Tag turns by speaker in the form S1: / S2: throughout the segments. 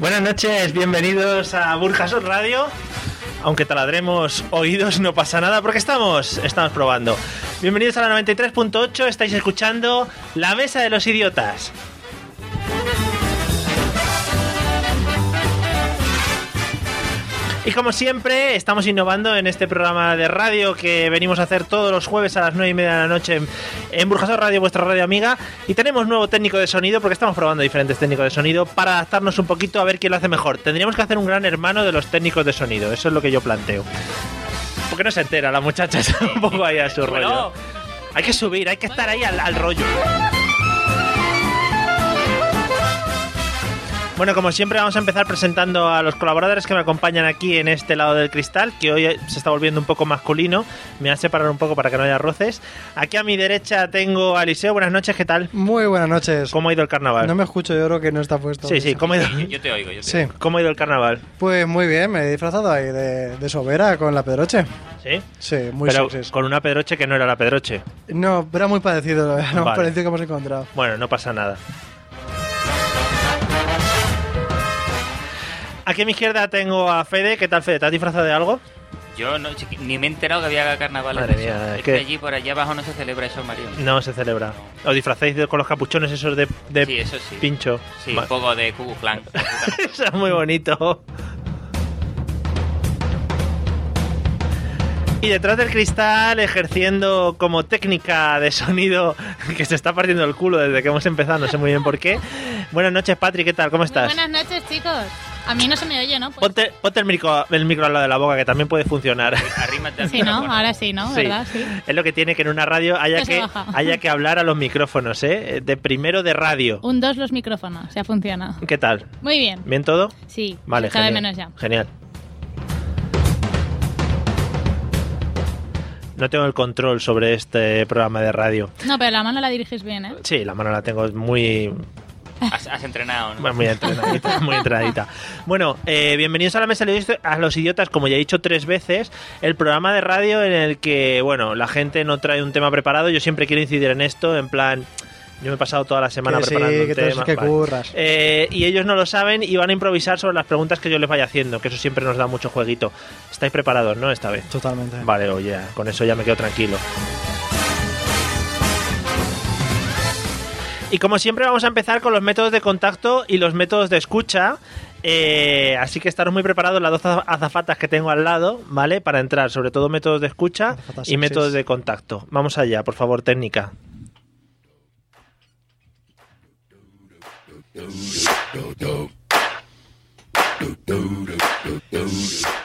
S1: Buenas noches, bienvenidos a Burjasot Radio. Aunque taladremos oídos, no pasa nada porque estamos, estamos probando. Bienvenidos a la 93.8, estáis escuchando La Mesa de los Idiotas. Y como siempre, estamos innovando en este programa de radio que venimos a hacer todos los jueves a las 9 y media de la noche en, en Burjasot Radio, vuestra radio amiga. Y tenemos nuevo técnico de sonido, porque estamos probando diferentes técnicos de sonido para adaptarnos un poquito a ver quién lo hace mejor. Tendríamos que hacer un gran hermano de los técnicos de sonido, eso es lo que yo planteo. Porque no se entera, la muchacha está un poco ahí a su rollo. Hay que subir, hay que estar ahí al, al rollo. Bueno, como siempre vamos a empezar presentando a los colaboradores que me acompañan aquí en este lado del cristal, que hoy se está volviendo un poco masculino. Me voy a separar un poco para que no haya roces. Aquí a mi derecha tengo a Eliseo. Buenas noches, ¿qué tal?
S2: Muy buenas noches.
S1: ¿Cómo ha ido el carnaval?
S2: Pues No me escucho, yo creo que no está puesto.
S1: sí, sí, ¿cómo ha ido,
S3: Yo te oigo, yo te
S2: Sí.
S3: oigo.
S1: cómo ha ido el carnaval?
S2: Pues muy bien, me he disfrazado ahí de, de sobera con la pedroche.
S1: ¿Sí?
S2: Sí, muy
S1: Pero
S2: sexys.
S1: con una pedroche que no era la pedroche.
S2: No, pero era muy parecido, era lo más
S1: Vale.
S2: parecido que hemos encontrado.
S1: Bueno, no pasa nada. Aquí a mi izquierda tengo a Fede. ¿Qué tal, Fede? ¿Te has disfrazado de algo?
S3: Yo no, chiqui- ni me he enterado que había carnaval.
S1: Madre
S3: en eso.
S1: mía, es
S3: Es
S1: que-
S3: que allí por allá abajo no se celebra eso, Mario.
S1: No se celebra. ¿Os disfrazáis de- con los capuchones esos de, de
S3: Sí, eso sí.
S1: pincho?
S3: Sí,
S1: Ma-
S3: un poco de Cucu Clan.
S1: Eso es muy bonito. Y detrás del cristal, ejerciendo como técnica de sonido que se está partiendo el culo desde que hemos empezado, no sé muy bien por qué. Buenas noches, Patrick, ¿qué tal? ¿Cómo
S4: Muy
S1: estás?
S4: buenas noches, chicos. A mí no se me oye, ¿no? Pues-
S1: Ponte, ponte el, micro, el micro al lado de la boca, que también puede funcionar.
S3: Arrímate al
S4: Pues, Sí, ¿no?
S3: micrófono.
S4: Ahora sí, ¿no?
S1: Sí.
S4: ¿Verdad? Sí.
S1: Es lo que tiene que en una radio haya
S4: No se
S1: que,
S4: baja.
S1: haya que hablar a los micrófonos, ¿eh? De primero de radio.
S4: Un dos los micrófonos, ya funciona.
S1: ¿Qué tal?
S4: Muy bien.
S1: ¿Bien todo?
S4: Sí,
S1: Vale,
S4: cada
S1: genial.
S4: menos ya.
S1: Genial. No tengo el control sobre este programa de radio.
S4: No, pero la mano la diriges bien, ¿eh?
S1: Sí, la mano la tengo muy,
S3: Has, has entrenado, ¿no?
S1: bueno, muy entrenadita. muy entrenadita. Bueno, eh, bienvenidos a la mesa de los- a los idiotas, como ya he dicho tres veces, el programa de radio en el que, bueno, la gente no trae un tema preparado. Yo siempre quiero incidir en esto, en plan, yo me he pasado toda la semana
S2: Que sí,
S1: preparando un
S2: que tú
S1: tema.
S2: sí que
S1: Vale.
S2: curras.
S1: Eh, y ellos no lo saben y van a improvisar sobre las preguntas que yo les vaya haciendo, que eso siempre nos da mucho jueguito. ¿Estáis preparados, no? Esta vez.
S2: Totalmente.
S1: Vale, oye, con eso ya me quedo tranquilo. Y como siempre vamos a empezar con los métodos de contacto y los métodos de escucha. Eh, así que estaros muy preparados las dos aza- azafatas que tengo al lado, ¿vale? Para entrar, sobre todo métodos de escucha
S2: Azafatas
S1: y métodos
S2: sexys.
S1: de contacto. Vamos allá, por favor, técnica.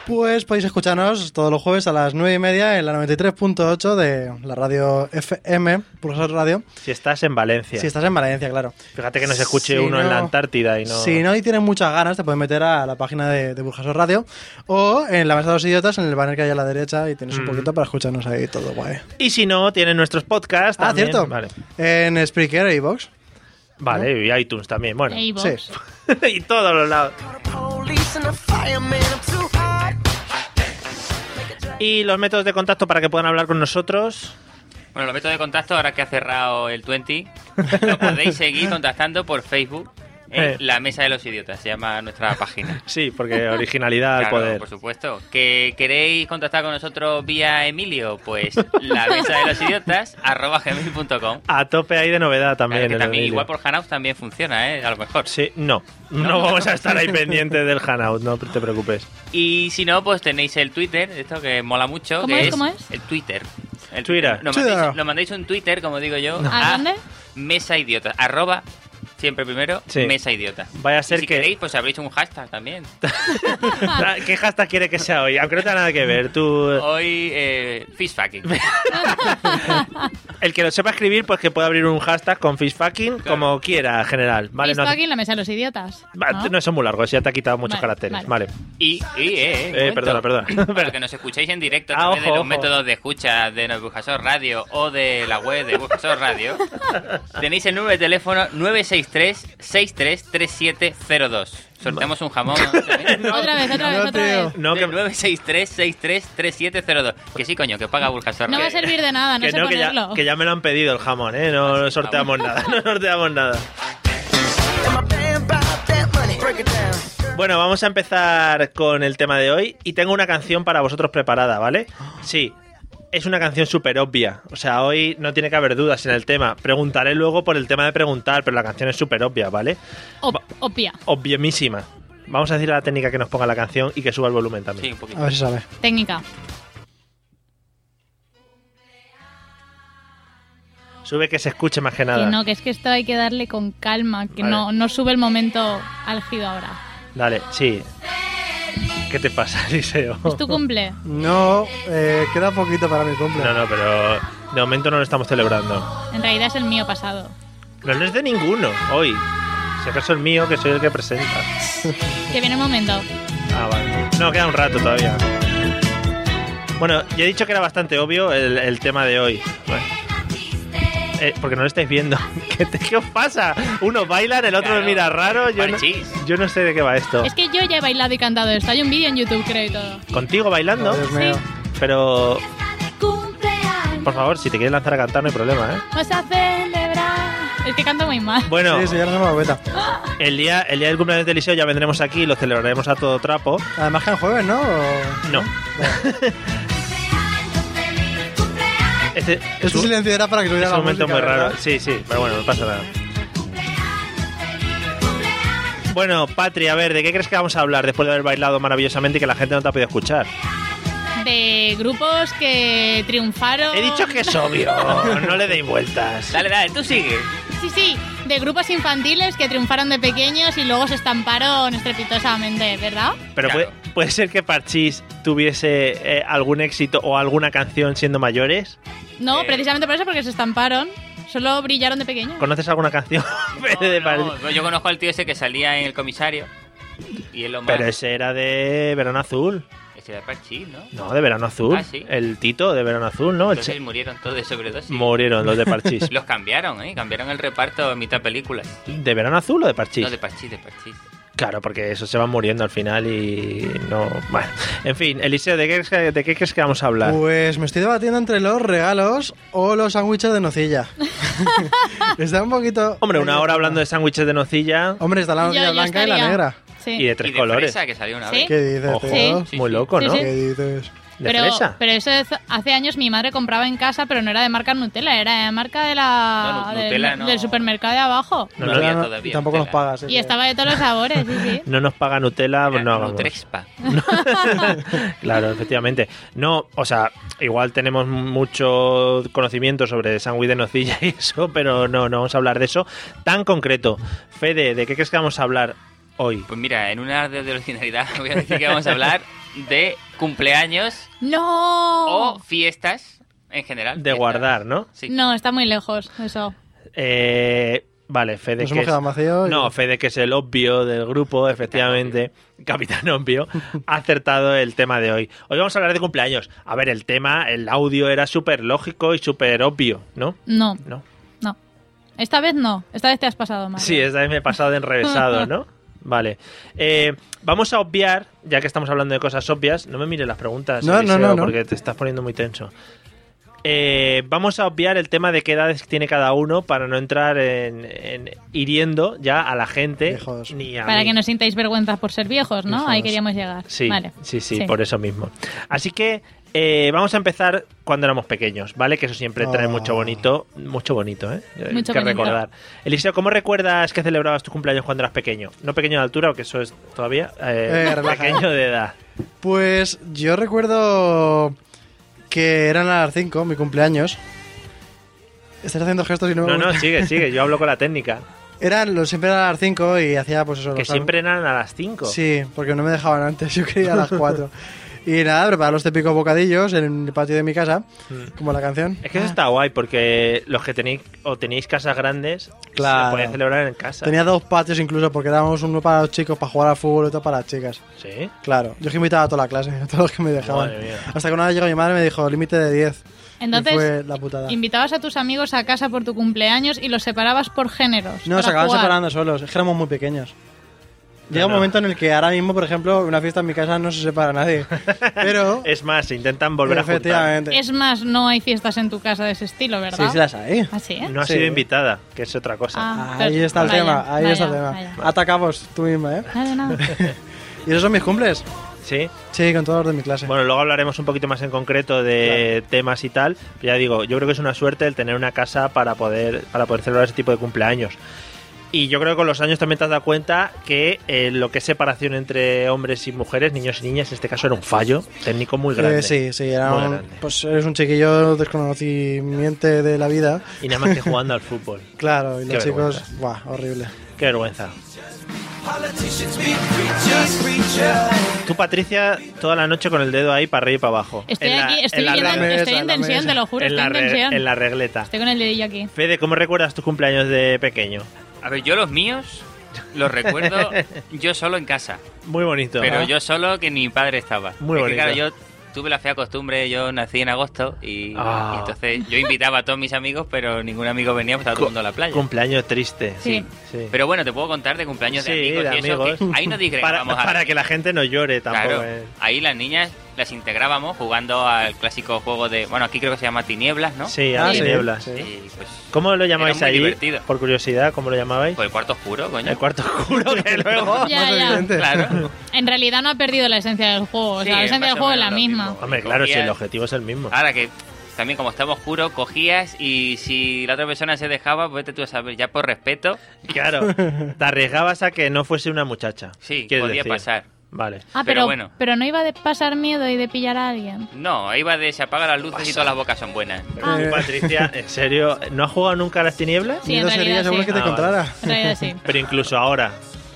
S2: Pues podéis escucharnos todos los jueves a las 9 y media en la 93.8 de la radio FM, Pulsar Radio.
S1: Si estás en Valencia.
S2: Si estás en Valencia, claro.
S1: Fíjate que nos escuche
S2: Si
S1: uno en la
S2: no-
S1: Antártida y no...
S2: Si no y tienes muchas ganas, te puedes meter a la página de, de Burjasot Radio o en la mesa de los idiotas, en el banner que hay a la derecha y tienes un
S1: Mm.
S2: poquito para escucharnos ahí todo guay.
S1: Y si no, tienen nuestros podcasts
S2: Ah,
S1: también.
S2: cierto.
S1: Vale,
S2: En Spreaker e iVoox.
S1: Vale, y iTunes también, bueno.
S4: E iVoox.
S2: Sí.
S1: y todos los lados. Y los métodos de contacto para que puedan hablar con nosotros.
S3: Bueno, los métodos de contacto, ahora que ha cerrado el 20, lo podéis seguir contactando por Facebook,
S1: Eh.
S3: Eh, La mesa de los idiotas, se llama nuestra página.
S1: Sí, porque originalidad al
S3: Claro,
S1: poder.
S3: por supuesto. ¿Que queréis contactar con nosotros vía Emilio? Pues la mesa de los idiotas, arroba gmail.com.
S1: A tope ahí de novedad también.
S3: Claro que
S1: el
S3: también,
S1: Emilio.
S3: igual por Hangouts también funciona, ¿eh? A lo mejor.
S1: Sí, no. No vamos a estar ahí pendiente del Hanout, no te preocupes.
S3: Y si no, pues tenéis el Twitter, esto que mola mucho.
S4: ¿Cómo
S3: que
S4: es? ¿Cómo es?
S3: El Twitter. El
S1: Twitter.
S3: Nos
S2: Twitter.
S3: mandéis, nos mandéis un Twitter, como digo yo.
S4: ¿A Ah, dónde?
S3: Mesa Idiota. Arroba, siempre primero,
S1: Sí.
S3: Mesa Idiota.
S1: Vaya a
S3: Y
S1: ser
S3: si
S1: que-
S3: queréis, pues habréis un hashtag también.
S1: ¿Qué hashtag quiere que sea hoy? Aunque no tenga nada que ver. Tú,
S3: Hoy, eh, fishfucking.
S1: el que lo sepa escribir, pues que pueda abrir un hashtag con fishfucking
S3: Claro.
S1: como quiera, general. Vale,
S4: Listo
S1: no,
S4: aquí en la mesa de los idiotas.
S1: Va,
S4: ¿no?
S1: no son muy largos, ya te ha quitado muchos
S4: Vale,
S1: caracteres. Vale.
S4: vale.
S3: Y, y, eh,
S1: Eh,
S3: un momento.
S1: perdona, perdona.
S3: Para que nos escuchéis en directo
S1: Ah,
S3: a través
S1: ojo,
S3: de los
S1: ojo.
S3: métodos de escucha de Nebujasor Radio o de la web de Nebujasor Radio, tenéis el número de teléfono 963-633702. Sorteamos un jamón. ¿no? ¿También?
S4: Otra vez, otra vez,
S2: No,
S4: otra
S2: tío.
S4: vez.
S1: No,
S3: Del
S1: que,
S3: 963-633702. Que sí, coño, que paga Burjasor
S4: No va a
S3: Radio.
S4: servir de nada, no
S1: que
S4: sé
S1: no, que ya,
S4: ponerlo.
S1: que ya me lo han pedido el jamón, ¿eh? No, no sorteamos nada, no sorteamos nada. Bueno, vamos a empezar con el tema de hoy y tengo una canción para vosotros preparada, ¿vale? Sí, es una canción súper obvia. O sea, hoy no tiene que haber dudas en el tema. Preguntaré luego por el tema de preguntar, pero la canción es súper obvia, ¿vale?
S4: Op- opia.
S1: Obviemísima. Vamos a decir a la técnica que nos ponga la canción y que suba el volumen también.
S3: Sí, un poquito.
S2: A ver si sabe.
S4: Técnica.
S1: Sube que se escuche más que nada.
S4: Que no, que es que esto hay que darle con calma, que
S1: Vale.
S4: no, no sube el momento álgido ahora.
S1: Dale, sí. ¿Qué te pasa, Eliseo?
S4: Es tu cumple.
S2: No, eh, queda poquito para mi cumple.
S1: No, no, pero de momento no lo estamos celebrando.
S4: En realidad es el mío pasado.
S1: No, no es de ninguno hoy. Si acaso el mío, que soy el que presenta.
S4: Que viene un momento.
S1: Ah, vale. No, queda un rato todavía. Bueno, ya he dicho que era bastante obvio el, el tema de hoy. Bueno. Eh, porque no lo estáis viendo. ¿Qué, te- qué os pasa? Uno baila, el otro
S3: Claro.
S1: mira raro. Yo no,
S3: Parchís.
S1: yo no sé de qué va esto.
S4: Es que yo ya he bailado y cantado esto. Hay un vídeo en YouTube, creo y todo.
S1: Contigo bailando,
S2: Dios mío.
S1: pero por favor, si te quieres lanzar a cantar, no hay problema, ¿eh?
S4: Vamos a celebrar. Es que canto muy mal.
S1: Bueno,
S2: Sí, sí, ya nos hemos vuelto.
S1: El día, el día del cumpleaños de Eliseo ya vendremos aquí y lo celebraremos a todo trapo.
S2: Además que en jueves, ¿no? O-
S1: No. Este, es
S2: Este
S1: un,
S2: silencio era para que
S1: es
S2: tuviera
S1: un
S2: la
S1: momento
S2: música,
S1: muy raro.
S2: ¿verdad?
S1: Sí, sí, pero bueno, no pasa nada. Bueno, Patri, a ver, ¿de qué crees que vamos a hablar después de haber bailado maravillosamente y que la gente no te ha podido escuchar?
S4: De grupos que triunfaron.
S1: He dicho que es obvio, no le deis vueltas.
S3: Dale, dale, tú sigue.
S4: Sí, sí. De grupos infantiles que triunfaron de pequeños y luego se estamparon estrepitosamente, ¿verdad?
S1: Pero puede,
S3: Claro.
S1: puede ser que Parchís tuviese eh, algún éxito o alguna canción siendo mayores.
S4: No,
S3: Eh.
S4: precisamente por eso, porque se estamparon. Solo brillaron de pequeños.
S1: ¿Conoces alguna canción de
S3: No,
S1: Parchís?
S3: no, yo conozco al tío ese que salía en el comisario. Y él lo más.
S1: Pero ese era de Verano Azul.
S3: Ese era Parchís, ¿no?
S1: No, de Verano Azul.
S3: Ah, sí.
S1: El Tito de Verano Azul, ¿no? El
S3: Entonces
S1: Che-
S3: murieron todos de sobredosis.
S1: Murieron los de Parchís.
S3: Los cambiaron, ¿eh? Cambiaron el reparto en mitad películas.
S1: ¿De Verano Azul o de Parchís?
S3: No, de parchís, de parchís.
S1: Claro, porque esos se van muriendo al final y no... Bueno, en fin, Eliseo, ¿de qué, crees que- de qué crees que vamos a hablar?
S2: Pues me estoy debatiendo entre los regalos o los sándwiches de nocilla. está un poquito...
S1: Hombre, una hora hablando de sándwiches de nocilla
S2: Hombre, está la
S4: Yo-
S2: nocilla
S4: yo
S2: blanca y la
S4: estaría-
S2: negra.
S4: Sí.
S1: y de
S3: Y
S1: tres
S3: de
S1: colores.
S3: fresa, que salió una
S4: Sí.
S3: vez.
S2: ¿Qué dices,
S1: Ojo,
S2: tío?
S4: Sí.
S1: muy loco, ¿no?
S4: Sí, sí.
S2: ¿Qué dices?
S1: De
S4: pero,
S1: fresa.
S4: pero eso es- hace años mi madre compraba en casa, pero no era de marca Nutella, era de marca de
S3: No,
S4: la
S3: nu-
S4: del-
S3: Nutella
S4: del,
S3: no.
S4: supermercado de abajo.
S1: No,
S3: No
S1: no,
S3: había
S2: No, no,
S3: todavía.
S2: Tampoco nos
S3: Nutella.
S2: pagas. ¿eh?
S4: Y estaba de todos los sabores, sí, sí.
S1: No nos paga Nutella,
S3: Era
S1: Ah, pues no hagamos.
S3: Nutrexpa.
S1: Claro, efectivamente. No, o sea, igual tenemos mucho conocimiento sobre sándwich de nocilla y eso, pero no, no vamos a hablar de eso tan concreto. Fede, ¿de qué crees que vamos a hablar hoy?
S3: Pues mira, en una de de originalidad voy a decir que vamos a hablar de cumpleaños
S4: ¡No!
S3: o fiestas en general.
S1: De
S3: Fiestas.
S1: guardar, ¿no?
S3: Sí.
S4: Oh. No, está muy lejos eso.
S1: Eh, vale, Fede.
S2: Nos
S1: que
S2: hemos
S1: es-
S2: quedado vacíos.
S1: No, Fede, que es el obvio del grupo, efectivamente, capitán obvio, ha acertado el tema de hoy. Hoy vamos a hablar de cumpleaños. A ver, el tema, el audio era súper lógico y súper obvio, ¿no?
S4: No,
S1: No.
S4: no. Esta vez no. Esta vez te has pasado mal.
S1: Sí, esta vez me he pasado de enrevesado, ¿no? Vale. Eh, vamos a obviar, ya que estamos hablando de cosas obvias, no me mires las preguntas,
S2: No, no,
S1: Eliseo,
S2: no, no.
S1: porque te estás poniendo muy tenso. eh, vamos a obviar el tema de qué edades tiene cada uno para no entrar en, en hiriendo ya a la gente
S2: Viejos.
S1: ni a
S4: Para
S1: mí.
S4: que no sintáis vergüenza por ser viejos, ¿no? Ahí queríamos llegar.
S1: Sí,
S4: Vale.
S1: sí, sí, por eso mismo. Así que eh, vamos a empezar cuando éramos pequeños, ¿vale? Que eso siempre trae
S2: Ah.
S1: mucho bonito, mucho bonito, ¿eh? Eh,
S4: Mucho
S1: que
S4: bonito.
S1: recordar. Eliseo, ¿cómo recuerdas que celebrabas tu cumpleaños cuando eras pequeño? No pequeño de altura, porque eso es todavía eh,
S2: Eh, relaja.
S1: pequeño de edad.
S2: Pues yo recuerdo que eran las 5, mi cumpleaños. Estás haciendo gestos y no me
S1: No, no,
S2: gusta.
S1: sigue, sigue. Yo hablo con la técnica.
S2: Eran, los- siempre eran las 5 y hacía pues eso.
S1: Que
S2: los-
S1: siempre eran a las 5.
S2: Sí, porque no me dejaban antes, yo quería a las 4. y nada, preparar los típicos bocadillos en el patio de mi casa, como la canción.
S1: Mm. Es que eso está guay, porque los que tenéis o tenéis casas grandes, se
S2: Claro.
S1: podía celebrar en casa.
S2: Tenía dos patios incluso, porque éramos uno para los chicos para jugar al fútbol y otro para las chicas.
S1: Sí.
S2: Claro, yo es que invitaba a toda la clase, a todos los que me dejaban.
S1: Madre mía.
S2: Hasta que una vez llegó mi madre y me dijo, límite de 10. Y
S4: Entonces,
S2: fue la putada.
S4: Invitabas a tus amigos a casa por tu cumpleaños y los separabas por géneros.
S2: No,
S4: para
S2: se acababan
S4: jugar.
S2: separando solos, es que éramos muy pequeños. Llega
S1: No,
S2: un
S1: no.
S2: momento en el que ahora mismo, por ejemplo, una fiesta en mi casa no se separa nadie. Pero,
S1: Es más, se intentan volver a juntar.
S2: efectivamente.
S4: Es más, no hay fiestas en tu casa de ese estilo, ¿verdad?
S2: Sí, sí las hay.
S4: ¿Ah, sí?
S1: No ha
S2: Sí.
S1: sido invitada, que es otra cosa.
S4: Ah.
S2: Ahí
S4: pero-
S2: está el
S4: vaya,
S2: tema, ahí
S4: vaya,
S2: está el tema.
S4: vaya.
S2: Atacamos tú misma, ¿eh?
S4: Nada, nada.
S2: ¿Y esos son mis cumples?
S1: Sí.
S2: Sí, con todos los de mi clase.
S1: Bueno, luego hablaremos un poquito más en concreto de temas y tal. Ya digo, yo creo que es una suerte el tener una casa para poder, para poder celebrar ese tipo de cumpleaños. Y yo creo que con los años también te has dado cuenta que eh, lo que es separación entre hombres y mujeres, niños y niñas, en este caso era un fallo técnico muy
S2: Eh,
S1: grande.
S2: sí, sí, era
S1: Muy
S2: un-
S1: grande.
S2: pues eres un chiquillo desconocimiento de la vida.
S1: Y nada más que jugando al fútbol.
S2: Claro, y
S1: Qué
S2: los chicos,
S1: vergüenza.
S2: buah, horrible.
S1: Qué vergüenza. Tú, Patricia, toda la noche con el dedo ahí para arriba y para abajo.
S4: Estoy
S1: En la-
S4: aquí, estoy,
S1: en la
S4: viendo-
S2: yendo-
S1: regle-
S4: estoy
S2: mesa,
S4: en
S2: la
S4: tensión,
S2: mesa.
S4: te lo juro,
S1: en
S4: estoy
S1: la
S4: en
S1: re-
S4: tensión.
S1: en la regleta.
S4: Estoy con el dedillo aquí.
S1: Fede, ¿cómo recuerdas tus cumpleaños de pequeño?
S3: A ver, yo los míos los recuerdo yo solo en casa.
S1: Muy bonito.
S3: Pero
S1: ¿no?
S3: yo solo que mi padre estaba.
S1: Muy
S3: es
S1: bonito.
S3: que, claro, yo tuve la fea costumbre, yo nací en agosto y,
S1: Ah.
S3: y entonces yo invitaba a todos mis amigos, pero ningún amigo venía porque estaba todo el mundo a la playa.
S1: Cumpleaños triste.
S4: Sí.
S1: sí.
S3: Pero bueno, te puedo contar de cumpleaños de
S1: Sí,
S3: amigos.
S1: de
S3: y eso,
S1: amigos.
S3: que ahí no
S1: para,
S3: disgregábamos a
S1: para
S3: las
S1: que la gente no llore tampoco.
S3: Claro,
S1: eh.
S3: ahí las niñas las integrábamos jugando al clásico juego de, bueno, aquí creo que se llama Tinieblas, ¿no?
S1: Sí, a
S2: Ah,
S1: las
S2: sí,
S1: tinieblas.
S2: sí.
S3: Y, pues,
S1: ¿Cómo lo llamáis
S3: Era muy
S1: allí?
S3: divertido.
S1: Por curiosidad, ¿cómo lo llamabais?
S3: pues el cuarto oscuro, coño.
S1: el cuarto oscuro que luego.
S4: Ya, ya.
S2: evidente.
S3: Claro.
S4: En realidad no ha perdido la esencia del juego. O sea,
S3: Sí,
S4: la esencia
S3: más
S4: del
S3: o
S4: juego es
S3: menos
S4: la
S3: lo
S4: misma.
S3: mismo.
S1: Hombre, claro, si
S3: Cogías-
S1: el objetivo es el mismo.
S3: Ahora que también como estaba oscuro, cogías y si la otra persona se dejaba, pues vete tú a saber, ya por respeto,
S1: Claro, te arriesgabas a que no fuese una muchacha.
S3: sí,
S1: ¿Quieres
S3: podía
S1: decir?
S3: pasar.
S1: Vale.
S4: Ah,
S3: Pero
S4: pero,
S3: bueno.
S4: pero no iba de pasar miedo y de pillar a alguien.
S3: No, iba de se apagan las luces y todas las bocas son buenas.
S1: Pero
S4: Ah.
S1: tú, Patricia, en serio, ¿no has jugado nunca a las tinieblas?
S4: Sí, en
S2: Miedo sería
S4: realidad
S2: seguro
S4: sí.
S2: que te
S1: Ah,
S2: encontrara.
S4: En realidad sí.
S1: Pero incluso ahora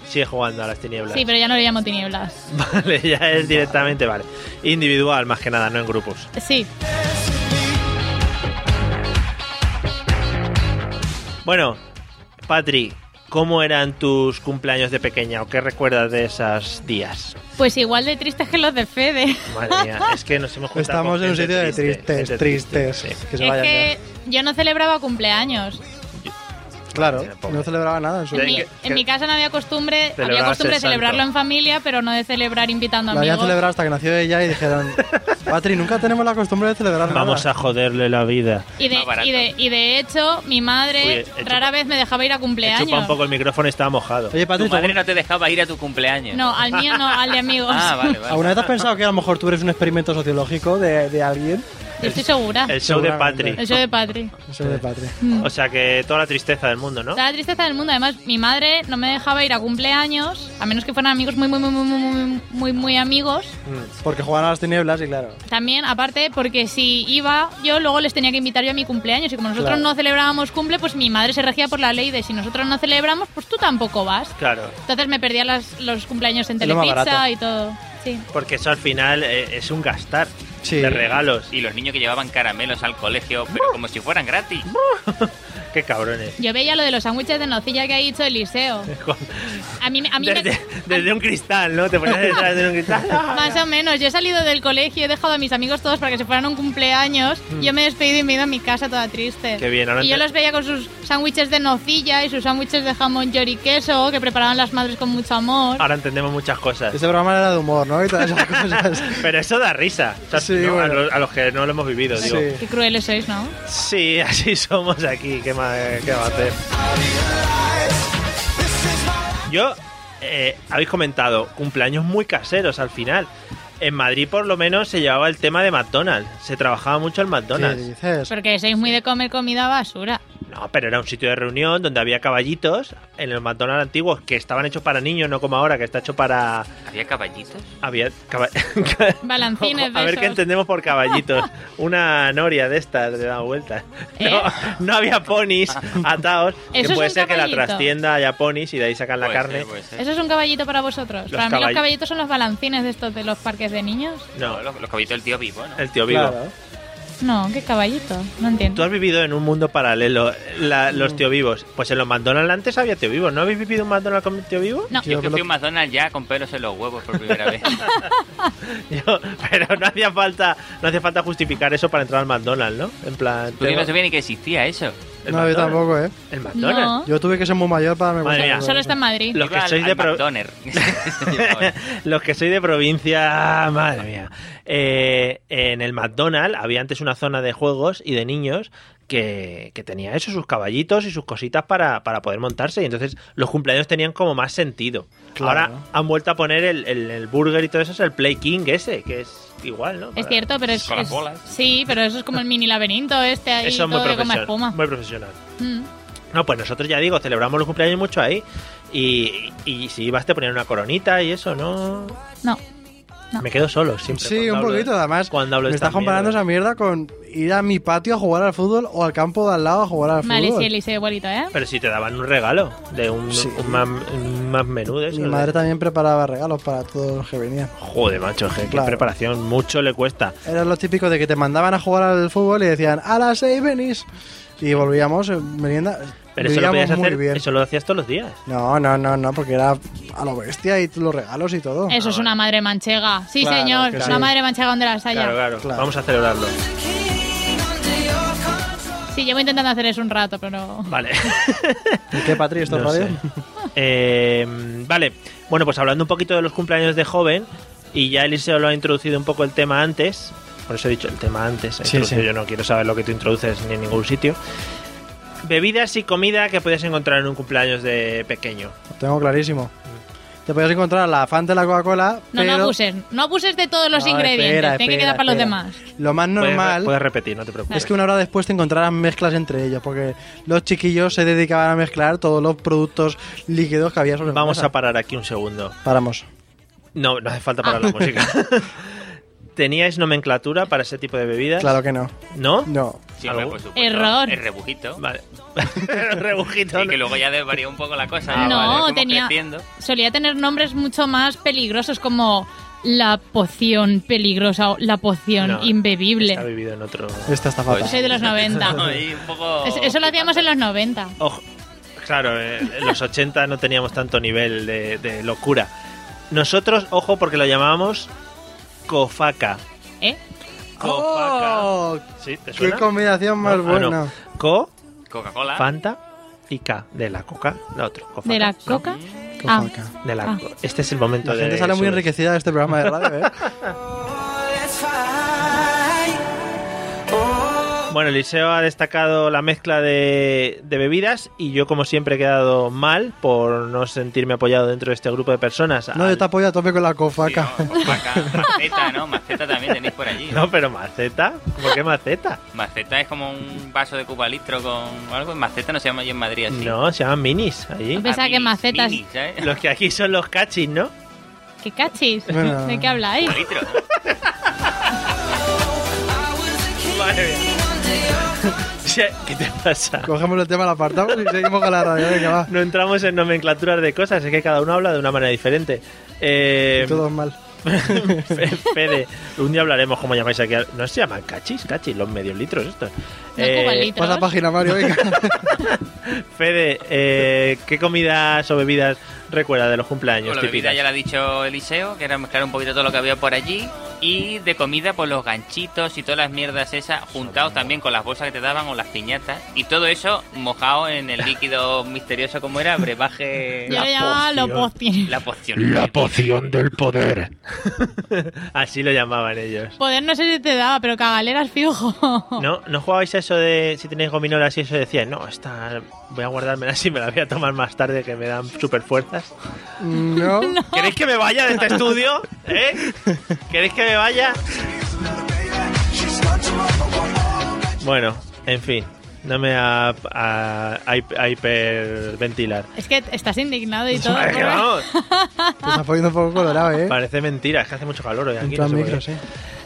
S1: sigue jugando a las tinieblas.
S4: Sí, pero ya no le llamo tinieblas.
S1: Vale, ya es directamente, vale. Individual, más que nada, no en grupos.
S4: Sí,
S1: Bueno, Patri, ¿cómo eran tus cumpleaños de pequeña o qué recuerdas de esos días?
S4: pues igual de tristes que los de Fede.
S1: Madre mía, es que nos hemos juntado
S2: Estamos
S1: con
S2: en un
S1: gente
S2: sitio de
S1: triste,
S2: tristes,
S1: gente
S2: tristes.
S1: sí.
S2: Que se
S4: es
S2: vayan
S4: que yo no celebraba cumpleaños.
S2: ya. Claro,
S1: Pobre.
S2: no celebraba nada en su
S4: En mi,
S1: que-
S4: en mi casa no había costumbre, había
S1: Celebrabas
S4: costumbre
S1: el
S4: de celebrarlo
S1: santo.
S4: en familia, pero no de celebrar invitando
S2: Lo habían
S4: amigos.
S2: celebrado hasta que nació ella y dijeron, Patri, nunca tenemos la costumbre de celebrar nada.
S1: Vamos a joderle la vida.
S4: Y de,
S3: Más barato.
S4: y, de, y de hecho, mi
S1: Uy,
S4: madre
S1: he chupado-
S4: rara vez me dejaba ir a
S1: He
S4: cumpleaños.
S1: chupado un poco el micrófono y estaba mojado.
S2: Oye,
S3: Tu
S2: Patri, ¿tú
S3: madre
S2: alguna,
S3: no te dejaba ir a tu cumpleaños.
S4: No, al mío no, al de amigos.
S3: Ah, vale, vale.
S2: ¿alguna vez has pensado que a lo mejor tú eres un experimento sociológico de, de alguien?
S4: Yo estoy segura.
S1: El show de Patri.
S4: Eso de Patri.
S2: Eso de Patri.
S1: O sea que toda la tristeza del mundo, ¿no?
S4: Toda la tristeza del mundo. Además, mi madre no me dejaba ir a cumpleaños, a menos que fueran amigos muy, muy, muy, muy, muy, muy, muy, muy amigos.
S2: Porque juegan a las tinieblas y claro.
S4: También, aparte, porque si iba yo, luego les tenía que invitar yo a mi cumpleaños. Y como nosotros
S2: Claro.
S4: no celebrábamos cumple, pues mi madre se regía por la ley de si nosotros no celebramos, pues tú tampoco vas.
S1: Claro.
S4: Entonces me perdía las- los cumpleaños en
S2: Es lo más
S4: Telepizza
S2: barato.
S4: y todo. Sí.
S1: Porque eso al final eh, es un gastar
S2: Sí.
S1: de regalos.
S3: Y los niños que llevaban caramelos al colegio, pero como si fueran gratis.
S1: Qué cabrones.
S4: Yo veía lo de los sándwiches de nocilla que ha dicho Eliseo.
S1: Con-
S4: A mí, me- a mí me-
S1: desde, desde un cristal, ¿no? Te ponías detrás de un cristal.
S4: Más o menos, yo he salido del colegio, he dejado a mis amigos todos para que se fueran a un cumpleaños. Yo me he despedido y me he ido a mi casa toda triste.
S1: Mm. Qué bien, ahora
S4: Y yo
S1: ente-
S4: los veía con sus sándwiches de nocilla y sus sándwiches de jamón, york y queso que preparaban las madres con mucho amor.
S1: Ahora entendemos muchas cosas.
S2: Este programa era de humor, ¿no? Y todas esas cosas.
S1: Pero eso da risa. O sea,
S2: Sí,
S1: ¿no? a,
S2: bueno.
S1: los, a los que no lo hemos vivido, digo.
S2: Sí.
S4: Qué crueles sois, ¿no?
S1: Sí, así somos aquí. ¿Qué, más, qué va a hacer? Yo, eh, habéis comentado, cumpleaños muy caseros al final. En Madrid, por lo menos, se llevaba el tema de McDonald's. Se trabajaba mucho el
S2: ¿Qué
S1: McDonald's.
S2: dices?
S4: Porque sois muy de comer comida basura.
S1: No, pero era un sitio de reunión donde había caballitos en el McDonald's antiguos que estaban hechos para niños, no como ahora, que está hecho para.
S3: ¿Había caballitos?
S1: Había. caba-
S4: Balancines de
S1: A ver qué
S4: esos.
S1: entendemos por caballitos. Una noria de estas de dar vueltas.
S4: ¿Eh?
S1: No, no había ponis atados. Que
S4: ¿Eso es
S1: puede
S4: un
S1: ser que la
S4: caballito?
S1: trastienda haya ponis y de ahí sacan la
S3: Puede
S1: carne.
S3: ser, puede ser.
S4: ¿Eso es un caballito para vosotros?
S1: Los
S4: para mí
S1: caball-
S4: los caballitos son los balancines de estos de los parques de niños.
S1: No,
S3: No, los, los caballitos del tío vivo, ¿no?
S1: el tío vivo.
S2: Claro.
S4: No, qué caballito.
S1: Tú
S4: No entiendo.
S1: has vivido en un mundo paralelo, la-
S4: Mm.
S1: los tío vivos. Pues en los McDonald's antes había tío vivos. ¿No habéis vivido un McDonald's con tío vivo?
S4: No.
S3: Yo que fui a un McDonald's ya con pelos en los huevos por primera vez.
S1: Yo- pero no hacía falta, no hacía falta justificar eso para entrar al McDonald's, ¿no? En plan,
S3: Tú que no
S1: tengo-
S3: sabías ni que existía eso.
S1: el
S2: No, yo
S1: McDonald's.
S2: tampoco, ¿eh?
S1: El McDonald's.
S4: No.
S2: Yo tuve que ser muy mayor para darme
S1: Madre
S2: cuenta.
S1: mía.
S2: de
S4: Solo
S2: eso.
S4: está en Madrid.
S1: Los que
S3: Iba al-
S1: sois de
S3: al
S1: pro-
S3: McDonner. Se
S1: Los que sois de provincia, madre mía. Eh, en el McDonald's había antes una zona de juegos y de niños que, que tenía eso, sus caballitos y sus cositas para, para poder montarse. Y entonces los cumpleaños tenían como más sentido.
S2: Claro.
S1: Ahora han vuelto a poner el, el- el burger y todo eso, es el Play King ese, que es igual, ¿no?
S4: Es
S1: Para-
S4: cierto, pero es,
S3: Con las
S4: es-
S3: bolas.
S4: Sí, pero eso es como el mini laberinto este ahí
S1: Eso es muy
S4: todo de goma espuma.
S1: profesional. Muy profesional.
S4: Mm.
S1: No, pues nosotros ya digo, celebramos los cumpleaños mucho ahí. Y, y si ibas te ponían una coronita y eso, ¿no?
S4: No. No.
S1: Me quedo solo siempre.
S2: Sí,
S1: cuando
S2: un
S1: hablo de-
S2: poquito, además.
S1: Cuando hablo de
S2: me
S1: estas
S2: estás comparando
S1: mierdas.
S2: esa mierda con ir a mi patio a jugar al fútbol o al campo de al lado a jugar al
S4: Vale,
S2: fútbol.
S4: sí, Eliseo igualito, ¿eh?
S1: Pero si te daban un regalo de un,
S2: Sí.
S1: un más, un más menú de eso.
S2: Mi
S1: de-
S2: madre también preparaba regalos para todos los que venían.
S1: Joder, macho, je, qué
S2: Claro.
S1: preparación. Mucho le cuesta.
S2: Era lo típico de que te mandaban a jugar al fútbol y decían, a las seis venís. Y volvíamos, eh, merienda.
S1: Pero eso lo
S2: vivíamos
S1: podías
S2: muy
S1: hacer,
S2: bien.
S1: eso lo hacías todos los días.
S2: No, no, no, no, porque era a lo bestia y los regalos y todo.
S4: Eso es una madre manchega. Sí,
S2: Claro,
S4: señor.
S2: que
S4: Una
S2: sí.
S4: madre manchega donde las haya.
S1: Claro, claro,
S2: Claro.
S1: Vamos a celebrarlo.
S4: Sí, llevo intentando hacer eso un rato, pero.
S1: Vale.
S2: ¿Y qué, Patri, esto es
S1: No
S2: radio?
S1: sé. Eh, vale. Bueno, pues hablando un poquito de los cumpleaños de joven, y ya Eliseo lo ha introducido un poco el tema antes. Por eso he dicho el tema antes. he
S2: Sí,
S1: introducido,
S2: sí.
S1: Yo no quiero saber lo que tú introduces ni en ningún sitio. Bebidas y comida que podías encontrar en un cumpleaños de pequeño.
S2: Lo tengo clarísimo. Te podías encontrar la fan de la Coca-Cola,
S4: No,
S2: pero...
S4: no abuses. No abuses de todos los
S2: No,
S4: ingredientes.
S2: espera,
S4: Tiene que
S2: espera,
S4: quedar para los
S2: espera.
S4: demás.
S2: Lo más
S1: Puedes re-
S2: normal...
S1: Puedes, repetir, no te preocupes.
S2: Es que una hora después te encontrarás mezclas entre ellos, porque los chiquillos se dedicaban a mezclar todos los productos líquidos que había sobre la
S1: Vamos
S2: mesa.
S1: a parar aquí un segundo.
S2: Paramos.
S1: No, no hace falta parar la
S2: Ah.
S1: música. ¿Teníais nomenclatura para ese tipo de bebidas?
S2: Claro que no.
S1: ¿No?
S2: No.
S3: Sí,
S1: ¿Algo?
S3: hombre, por supuesto.
S4: Error.
S3: El rebujito.
S1: Vale. Rebujito.
S3: Y que luego ya desvarió un poco la cosa.
S4: Ah, No,
S3: vale, fuimos
S4: tenía-
S3: creciendo.
S4: Solía tener nombres mucho más peligrosos como la poción peligrosa o la poción
S1: No,
S4: imbebible.
S1: Está vivido en otro.
S2: Esta está fatal.
S1: Pues,
S4: Soy de los 90.
S3: No, y un poco...
S4: Es- Eso lo hacíamos en los 90.
S1: Ojo, claro, eh, en los 80 no teníamos tanto nivel de, de locura. Nosotros, ojo, porque lo llamábamos cofaca.
S4: ¿Eh?
S2: ¡Oh!
S1: ¿Sí? ¿Te
S2: ¡Qué
S1: suena?
S2: combinación más
S1: No, ah, no.
S2: buena!
S1: Co,
S3: Coca-Cola.
S1: Fanta y K. De la coca, la otra. cofaca,
S4: ¿De la
S1: ¿no?
S4: coca?
S2: Coja
S4: Ah.
S2: acá.
S1: De la
S4: Ah.
S1: co- Este es el momento
S2: La
S1: de.
S2: gente sale muy
S1: subir.
S2: enriquecida de este programa de radio, ¿eh?
S1: Bueno, Eliseo ha destacado la mezcla de, de bebidas y yo, como siempre, he quedado mal por no sentirme apoyado dentro de este grupo de personas.
S2: No,
S1: Al-
S2: yo te apoyo a tope con la
S3: Sí,
S2: cofaca.
S3: no, Coca-Cola. Maceta, ¿no? Maceta también tenéis por allí.
S1: No, pero maceta. ¿Por qué maceta?
S3: Maceta es como un vaso de cuba litro con algo. Maceta no se llama yo en Madrid así.
S1: No, se llaman minis allí.
S4: Hombre. Pensaba que
S3: minis,
S4: macetas-
S3: minis, ¿sabes?
S1: Los que aquí son los cachis, ¿no?
S4: ¿Qué cachis?
S2: Bueno.
S4: ¿De qué habláis?
S3: Cuba litro.
S1: Madre mía. O sea, ¿Qué te pasa?
S2: Cogemos el tema, lo apartamos y seguimos con la radio. Venga, va.
S1: No entramos en nomenclaturas de cosas, es que cada uno habla de una manera diferente. Eh,
S2: Y Todo es mal.
S1: Fe- Fede, un día hablaremos cómo llamáis aquí. al- No se llaman cachis, cachis, los medios litros estos. Eh,
S4: No cubalitros.
S2: Pasa página, Mario, venga.
S1: Fede, eh, ¿qué comidas o bebidas recuerda de los cumpleaños
S3: Bueno, la
S1: típicas?
S3: bebida ya lo ha dicho Eliseo, que era mezclar un poquito todo lo que había por allí. Y de comida, pues los ganchitos y todas las mierdas esas, juntados también con las bolsas que te daban o las piñatas. Y todo eso mojado en el líquido misterioso como era, brebaje...
S4: Yo le llamaba los posting.
S3: La poción.
S5: La poción del poder.
S1: Así lo llamaban ellos.
S4: Poder no sé si te daba, pero cagaleras fijo.
S1: ¿No? ¿No jugabais a eso de si tenéis gominolas y eso decías, no, esta voy a guardármela así, me la voy a tomar más tarde que me dan super fuerzas?
S2: No.
S1: ¿Queréis que me vaya de este estudio? ¿Eh? ¿Queréis que me vaya? Bueno, en fin, no me a, a- a hi- a hiperventilar.
S4: Es que estás indignado y todo.
S1: Es que vamos,
S2: Te estás poniendo un poco colorado, ¿eh?
S1: parece mentira, es que hace mucho calor hoy aquí.
S2: Entra
S1: no sé por
S2: micro,
S1: qué.
S2: sí.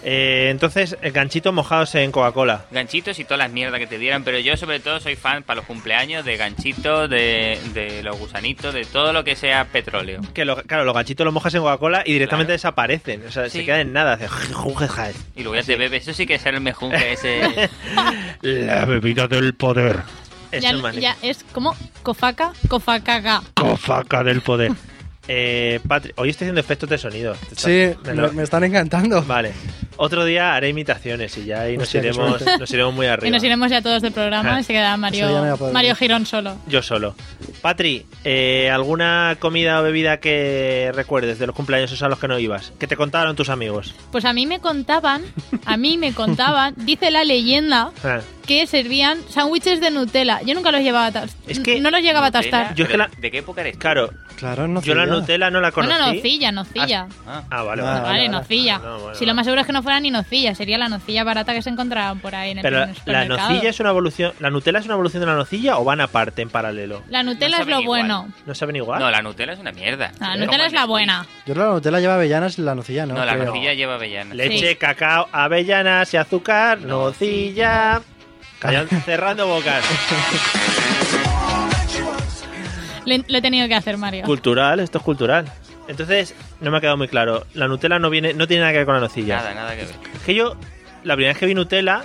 S1: Eh, entonces, el ganchito mojados en Coca-Cola.
S3: Ganchitos y todas las mierdas que te dieran, pero yo sobre todo soy fan para los cumpleaños de ganchitos, de, de los gusanitos, de todo lo que sea petróleo.
S1: Que lo- claro, los ganchitos los mojas en Coca-Cola y directamente
S3: Claro.
S1: desaparecen. O sea, se
S3: Sí.
S1: quedan en nada. hace-
S3: Y luego ya te bebes, eso sí que es el mejunje ese...
S5: La bebida del poder.
S1: Eso
S4: ya,
S1: es magnífico.
S4: ya es como cofaca, cofacaga.
S5: Cofaca del poder.
S1: Eh, Patri- hoy estoy haciendo efectos de sonido. Te está-
S2: Sí,
S1: me
S2: me,
S1: lo-
S2: me están encantando.
S1: Vale. Otro día haré imitaciones y ya ahí nos,
S2: Hostia, qué
S1: iremos,
S2: suerte.
S1: nos iremos muy arriba.
S4: Y nos iremos ya todos del programa
S1: Ah.
S4: y se queda
S2: Eso ya no voy a
S4: Mario,
S2: poder.
S4: Mario Girón solo.
S1: Yo solo. Patri, eh, ¿alguna comida o bebida que recuerdes de los cumpleaños esos a los que no ibas? Que te contaron tus amigos.
S4: Pues a mí me contaban, a mí me contaban, dice la leyenda,
S1: Ah,
S4: que servían sándwiches de Nutella. Yo nunca los llevaba a tastar.
S1: Es que-
S4: no los llegaba a
S3: Nutella,
S4: tastar.
S1: Yo es que
S3: pero
S1: la-
S3: ¿De qué época eres? tú?
S1: Claro,
S2: Claro, no
S1: yo la
S2: cilla.
S1: Nutella no la conocí.
S4: Bueno, nocilla, nocilla.
S3: Ah.
S1: Ah, vale, vale.
S2: Ah,
S4: vale,
S2: vale,
S4: nocilla.
S1: vale. No, bueno,
S4: si lo
S1: vale.
S4: más seguro es que no fuera ni nocilla, sería la nocilla barata que se encontraban por ahí en el
S1: Pero la- la
S4: supermercado.
S1: nocilla es una evolución. ¿La Nutella es una evolución de la nocilla o van aparte en paralelo?
S4: La Nutella
S3: No
S4: es lo
S3: saben igual.
S4: bueno.
S1: ¿No saben igual?
S3: No, la Nutella es una mierda.
S4: La
S3: Como
S4: Nutella
S3: el
S4: es la
S3: Nesquik.
S4: buena.
S2: Yo la Nutella lleva avellanas y la nocilla, ¿no?
S3: No, la
S2: creo.
S3: nocilla lleva avellana.
S1: Leche, cacao, avellanas y azúcar, nocilla. Callan, cerrando bocas.
S4: Le- lo he tenido que hacer, Mario.
S1: cultural, esto es cultural. Entonces, no me ha quedado muy claro. La Nutella no viene, no tiene nada que ver con la nocilla.
S3: Nada, nada que ver.
S1: Que yo, la primera vez que vi Nutella,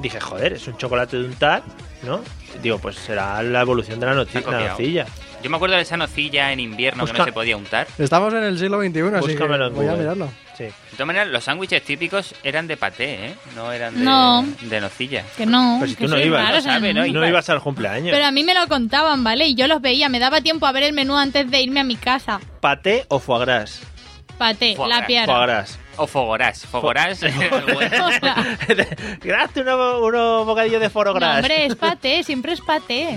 S1: dije, joder, es un chocolate de untar, ¿no? Digo, pues será la evolución de la, noci-
S3: Han
S1: la
S3: copiado.
S1: nocilla.
S3: Yo me acuerdo de esa nocilla en invierno que
S1: Busca-
S3: no se podía untar.
S2: Estamos en el siglo XXI, así que
S1: Búscamelo en
S2: voy a
S1: Google.
S2: mirarlo.
S1: Sí.
S3: De todas maneras, los sándwiches típicos eran de paté, ¿eh? No eran de,
S4: No.
S3: de nocilla.
S4: Que no.
S1: Pero si
S4: que
S1: tú no
S4: soy
S1: ibas,
S4: raro,
S1: lo
S4: o sea,
S3: sabe, ¿no?
S1: No
S3: Vale.
S1: ibas al cumpleaños.
S4: Pero a mí me lo contaban, ¿vale? Y yo los veía. Me daba tiempo a ver el menú antes de irme a mi casa.
S1: ¿Paté o foie gras?
S4: Paté,
S3: Foie
S4: la
S3: gras,
S4: piara.
S1: Foie gras.
S3: O fogorás. Fogorás.
S1: Gracias, unos uno bocadillos de foro
S4: No,
S1: gras.
S4: hombre, es paté, siempre es paté.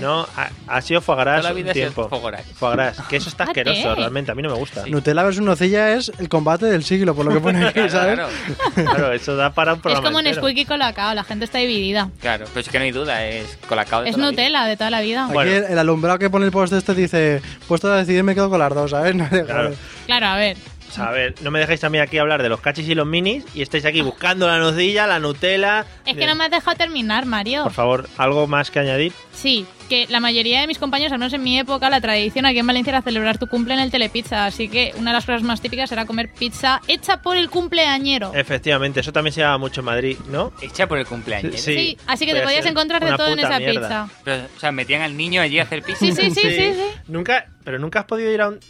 S1: No, ha, ha sido foie gras
S3: Toda la vida
S1: un
S3: ha sido
S1: tiempo.
S3: foie gras.
S1: Foie gras, Que eso está
S4: Paté.
S1: asqueroso, realmente. A mí no me gusta.
S2: Nutella versus nocilla es el combate del siglo, por lo que pone aquí, ¿sabes?
S3: claro,
S1: Claro, eso da para un
S4: es
S1: programa
S4: como un
S1: entero.
S4: squeaky colacao, la gente está dividida.
S3: claro. Pero es que no hay duda, es colacao de
S4: Es
S3: toda la vida.
S4: Nutella de toda la vida.
S2: Aquí
S1: Bueno.
S2: el, el alumbrado que pone el post este dice, puesto a decidir me quedo con las dos, ¿sabes? No,
S1: Claro.
S4: Claro, a ver.
S1: O sea, a ver, no me dejéis a mí aquí hablar de los cachis y los minis y estáis aquí buscando la nocilla, la Nutella.
S4: Es que no me has dejado terminar, Mario.
S1: Por favor, algo más que añadir.
S4: Sí, que la mayoría de mis compañeros, al menos en mi época, la tradición aquí en Valencia era celebrar tu cumple en el Telepizza. Así que una de las cosas más típicas era comer pizza hecha por el cumpleañero.
S1: Eh, Efectivamente, eso también se llama mucho en Madrid, ¿no?
S3: Hecha por el cumpleaños.
S1: Sí.
S4: Sí, así que te
S1: podía
S4: podías
S1: ser
S4: encontrar de
S1: una
S4: todo en
S1: puta
S4: esa
S1: mierda.
S4: pizza.
S3: Pero, o sea, metían al niño allí a hacer pizza.
S4: Sí, sí, sí, sí, sí.
S1: Nunca, pero nunca has podido ir a un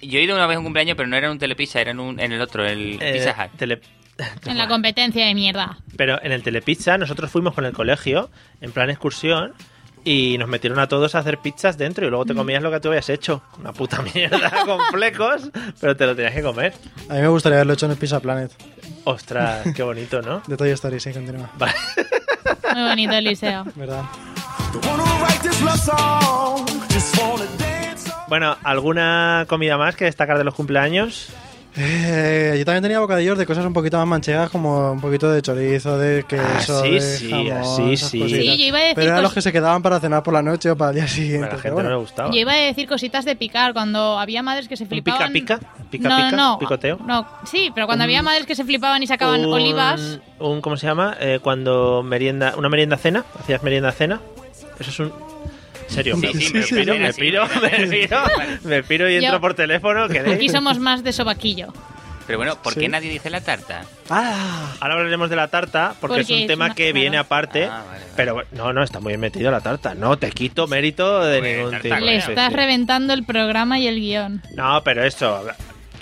S3: Yo he ido una vez a un cumpleaños, pero no era en un telepizza, era en, un, en el otro, el
S1: eh,
S3: Pizza Hut.
S1: tele-
S4: En la competencia de mierda.
S1: Pero en el Telepizza nosotros fuimos con el colegio en plan excursión y nos metieron a todos a hacer pizzas dentro y luego
S4: Mm.
S1: te comías lo que tú habías hecho. Una puta mierda con flecos, pero te lo tenías que comer.
S2: A mí me gustaría haberlo hecho en el Pizza Planet.
S1: Ostras, qué bonito, ¿no?
S2: De Toy Story, sí, continúa.
S1: Vale.
S4: Muy bonito el liceo.
S2: ¿Verdad?
S1: Bueno, ¿alguna comida más que destacar de los cumpleaños?
S2: Eh, yo también tenía bocadillos de cosas un poquito más manchegas, como un poquito de chorizo, de queso,
S1: Ah, sí,
S2: de
S1: sí,
S2: jamón,
S1: sí,
S2: esas
S1: sí.
S2: cositas.
S4: Sí, yo iba a decir
S2: Pero eran
S4: cos-
S2: los que se quedaban para cenar por la noche o para el día
S1: A
S2: siguiente.
S1: la gente
S2: pero
S1: no le
S2: bueno.
S1: gustaba.
S4: Yo iba a decir cositas de picar cuando había madres que se
S1: ¿Un
S4: flipaban.
S1: pica-pica? ¿Pica-pica?
S4: No, no, no.
S1: ¿Picoteo?
S4: No, sí, pero cuando había madres que se flipaban y sacaban
S1: Un-
S4: olivas.
S1: Un, ¿Cómo se llama? Eh, cuando merienda. Una merienda cena. Hacías merienda cena. Eso es un. en serio,
S3: Sí,
S1: me,
S3: sí,
S1: me
S3: sí,
S1: piro,
S3: sí,
S1: me
S3: sí.
S1: piro, me piro, me piro y entro
S4: Yo-
S1: por teléfono. ¿queréis?
S4: Aquí somos más de sobaquillo.
S3: Pero bueno, ¿por
S2: Sí.
S3: qué nadie dice la tarta?
S2: ¡Ah!
S1: Ahora hablaremos de la tarta, porque,
S4: Porque
S1: es un
S4: es
S1: tema
S4: más
S1: que
S4: claro.
S1: viene aparte.
S3: Ah, vale, vale.
S1: Pero no, no, está muy bien metido la tarta. No te quito mérito de
S3: Pues,
S1: ningún
S3: tarta
S1: tipo.
S3: con
S4: Le
S3: Sí,
S4: estás
S1: Sí, sí.
S4: reventando el programa y el guión.
S1: No, pero eso,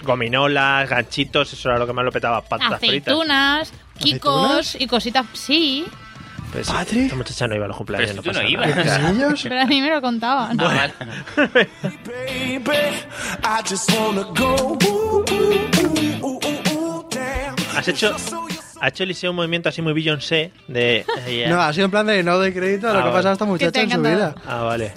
S1: gominolas, ganchitos, eso era lo que más lo petaba. Patatas fritas.
S4: Aceitunas, kikos y cositas. Sí,
S1: Pues sí,
S2: ¿Patri?
S1: Esta muchacha no iba a los cumpleaños.
S3: Pero si tú
S1: pasa
S3: no
S1: nada.
S3: ibas.
S2: ¿Niños?
S4: pero a mí me lo contaban.
S3: Ah, vale.
S1: Has hecho, ha hecho Eliseo un movimiento así muy Beyoncé de... eh,
S2: No, ha sido en plan de no doy crédito a lo
S1: Ah,
S2: que ha
S1: vale.
S2: pasado a esta
S4: Que te
S2: muchacha
S4: ha
S2: en su vida.
S4: encantado.
S1: Ah, vale.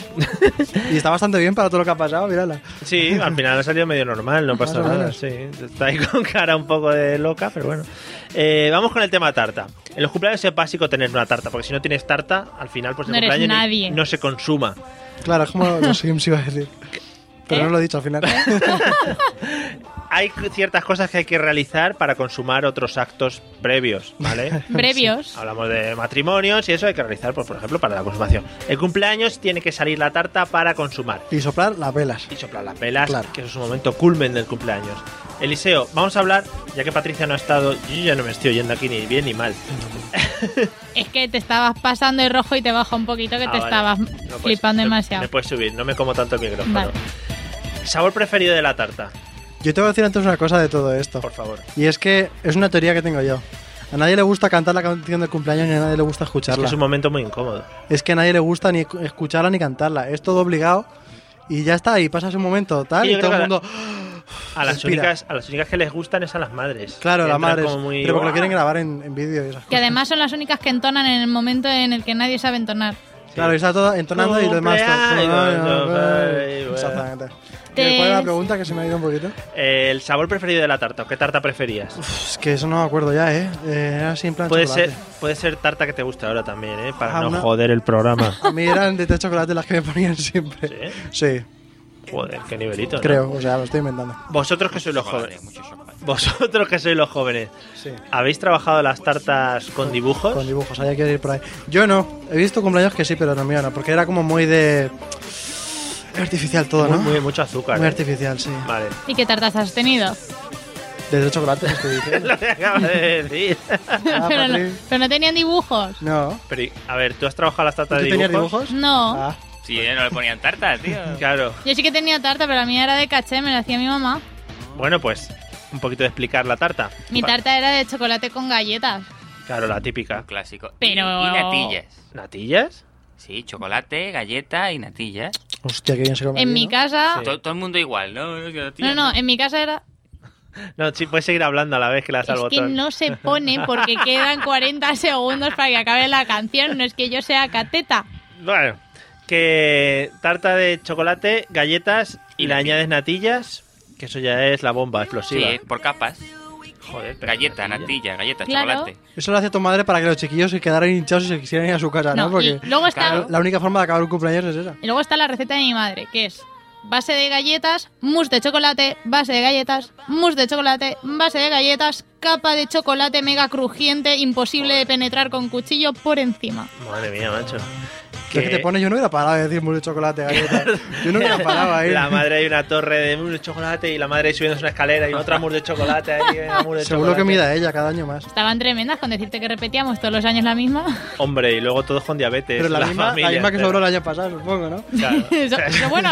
S2: Y está bastante bien para todo lo que ha pasado, mírala.
S1: Sí, al final ha salido medio normal, no pasa
S2: Más o
S1: nada.
S2: menos.
S1: Sí, está ahí con cara un poco de loca, pero bueno. Eh, vamos con el tema tarta. En los cumpleaños es básico tener una tarta, porque si no tienes tarta, al final pues el
S4: No eres
S1: cumpleaños ni-
S4: nadie.
S1: no se consuma.
S2: Claro, es como los Sims iba a decir. Pero
S4: ¿Eh?
S2: no lo he dicho al final.
S1: Hay ciertas cosas que hay que realizar para consumar otros actos previos, ¿vale?
S4: Brevios.
S1: Hablamos de matrimonios y eso hay que realizar, pues, por ejemplo, para la consumación. El cumpleaños tiene que salir la tarta para consumar.
S2: Y soplar las velas.
S1: y soplar las velas,
S2: Claro.
S1: que eso es un momento culmen del cumpleaños. Eliseo, vamos a hablar, ya que Patricia no ha estado, yo ya no me estoy oyendo aquí ni bien ni mal.
S4: Es que te estabas pasando de rojo y te baja un poquito que
S1: Ah,
S4: te
S1: vale.
S4: estabas
S1: No puedes-
S4: flipando
S1: no-
S4: demasiado.
S1: Me puedes subir, no me como tanto el micrófono.
S4: Vale.
S1: Sabor preferido de la tarta,
S2: Yo te voy a decir antes una cosa de todo esto.
S1: por favor.
S2: Y es que es una teoría que tengo yo. A nadie le gusta cantar la canción del cumpleaños ni a nadie le gusta
S1: Es que
S2: escucharla.
S1: es un momento muy incómodo.
S2: a nadie le gusta ni escucharla ni cantarla. Es todo obligado. Y ya está, y pasas un momento tal
S1: Sí, yo
S2: y todo el
S1: creo que
S2: mundo. ¡ah!
S1: A las,
S2: Suspira.
S1: únicas, a las únicas que les gustan es a las madres.
S2: Claro,
S1: Que
S2: la
S1: entran
S2: madre.
S1: como muy- ¡ah!
S2: Pero porque lo quieren grabar en, en vídeo y esas
S4: Que
S2: cosas.
S4: además son las únicas que entonan en el momento en el que nadie sabe entonar.
S2: Claro, y está todo entonando y lo demás. todo.
S1: Cumpleaños.
S2: Exactamente.
S4: Te-
S2: ¿Y ¿Cuál es la pregunta que se me ha ido un poquito?
S1: Eh, el sabor preferido de la tarta, ¿o ¿qué tarta preferías?
S2: Pff, Es que eso no me acuerdo ya, ¿eh? Eh, Era así en plan
S1: Puede
S2: chocolate.
S1: ser, puede ser tarta que te guste ahora también, ¿eh? Para
S2: Ah,
S1: no
S2: una-
S1: joder el programa.
S2: A mí eran de té chocolate las que me ponían siempre.
S1: ¿Sí?
S2: Sí,
S1: Joder, qué nivelito. ¿no?
S2: creo, o sea, lo estoy inventando.
S1: Vosotros que sois los
S3: Joder,
S1: jóvenes.
S3: mucho chocolate.
S1: Vosotros que sois los jóvenes.
S2: Sí.
S1: ¿Habéis trabajado las tartas con dibujos?
S2: Con dibujos, había que ir por ahí. Yo no, he visto cumpleaños que sí, pero no mío no, porque era como muy de. artificial todo, ¿no?
S1: Muy, muy- mucho azúcar.
S2: Muy
S1: ¿eh?
S2: artificial, sí.
S1: Vale.
S4: ¿Y qué tartas has tenido?
S2: De chocolate, pues, te "Ah, estoy diciendo.
S1: Lo que acabas de decir.
S2: Ah,
S4: pero, no,
S2: Patri.
S4: pero no tenían dibujos.
S2: No.
S1: Pero, y- a ver, ¿tú has trabajado las
S2: ¿Tú
S1: tartas de dibujos?
S2: tenías dibujos?
S4: No.
S2: Ah,
S3: Si ellos no le ponían tarta, tío.
S1: Claro.
S4: Yo sí que tenía tarta, pero la mía era de caché, me la hacía mi mamá.
S1: Bueno, pues un poquito de explicar la tarta.
S4: Mi
S1: Va-
S4: tarta era de chocolate con galletas.
S1: Claro, la típica.
S3: Clásico. Y-
S4: Pero-
S3: Y, natillas.
S1: ¿Natillas?
S3: Sí, chocolate, galleta y natillas.
S2: hostia, que bien se come.
S4: En
S2: allí,
S4: mi
S2: ¿no?
S4: casa...
S3: To- Todo el mundo igual, ¿no?
S4: No, no, en mi casa era...
S1: No, sí, puedes seguir hablando a la vez que le das
S4: Es
S1: al
S4: que
S1: botón.
S4: no se pone porque quedan 40 segundos para que acabe la canción. No es que yo sea cateta.
S1: Bueno, que tarta de chocolate, galletas y
S4: Mm.
S1: le añades natillas, que eso ya es la bomba
S3: Sí,
S1: explosiva.
S3: es por capas.
S1: Joder, pero
S3: Galleta,
S1: natillas.
S3: natilla, galleta,
S4: Claro.
S3: chocolate.
S2: Eso lo hacía tu madre para que los chiquillos se quedaran hinchados y se quisieran ir a su casa, Ah, ¿no?
S4: No,
S2: Porque
S4: y luego está...
S3: claro.
S2: la única forma de acabar un cumpleaños es esa.
S4: Y luego está la receta de mi madre, que es base de galletas, mousse de chocolate, base de galletas, mousse de chocolate, base de galletas, capa de chocolate mega crujiente, imposible de penetrar con cuchillo por encima.
S1: Madre mía, macho.
S2: ¿Qué es que te pones? Yo no hubiera parado de decir mucho chocolate, galleta. Yo no hubiera parado ahí.
S1: La madre hay una torre de mousse de chocolate y la madre ahí subiendo una escalera y otra mousse de chocolate ahí, venga, mousse de
S2: Seguro que
S1: chocolate.
S2: mida ella cada año más.
S4: Estaban tremendas con decirte que repetíamos todos los años la misma.
S1: Hombre, y luego todos con diabetes.
S2: Pero la, misma, la
S1: familia
S2: misma que
S1: entera.
S2: sobró el año pasado, supongo, ¿no?
S1: Claro.
S4: Eso- pero bueno,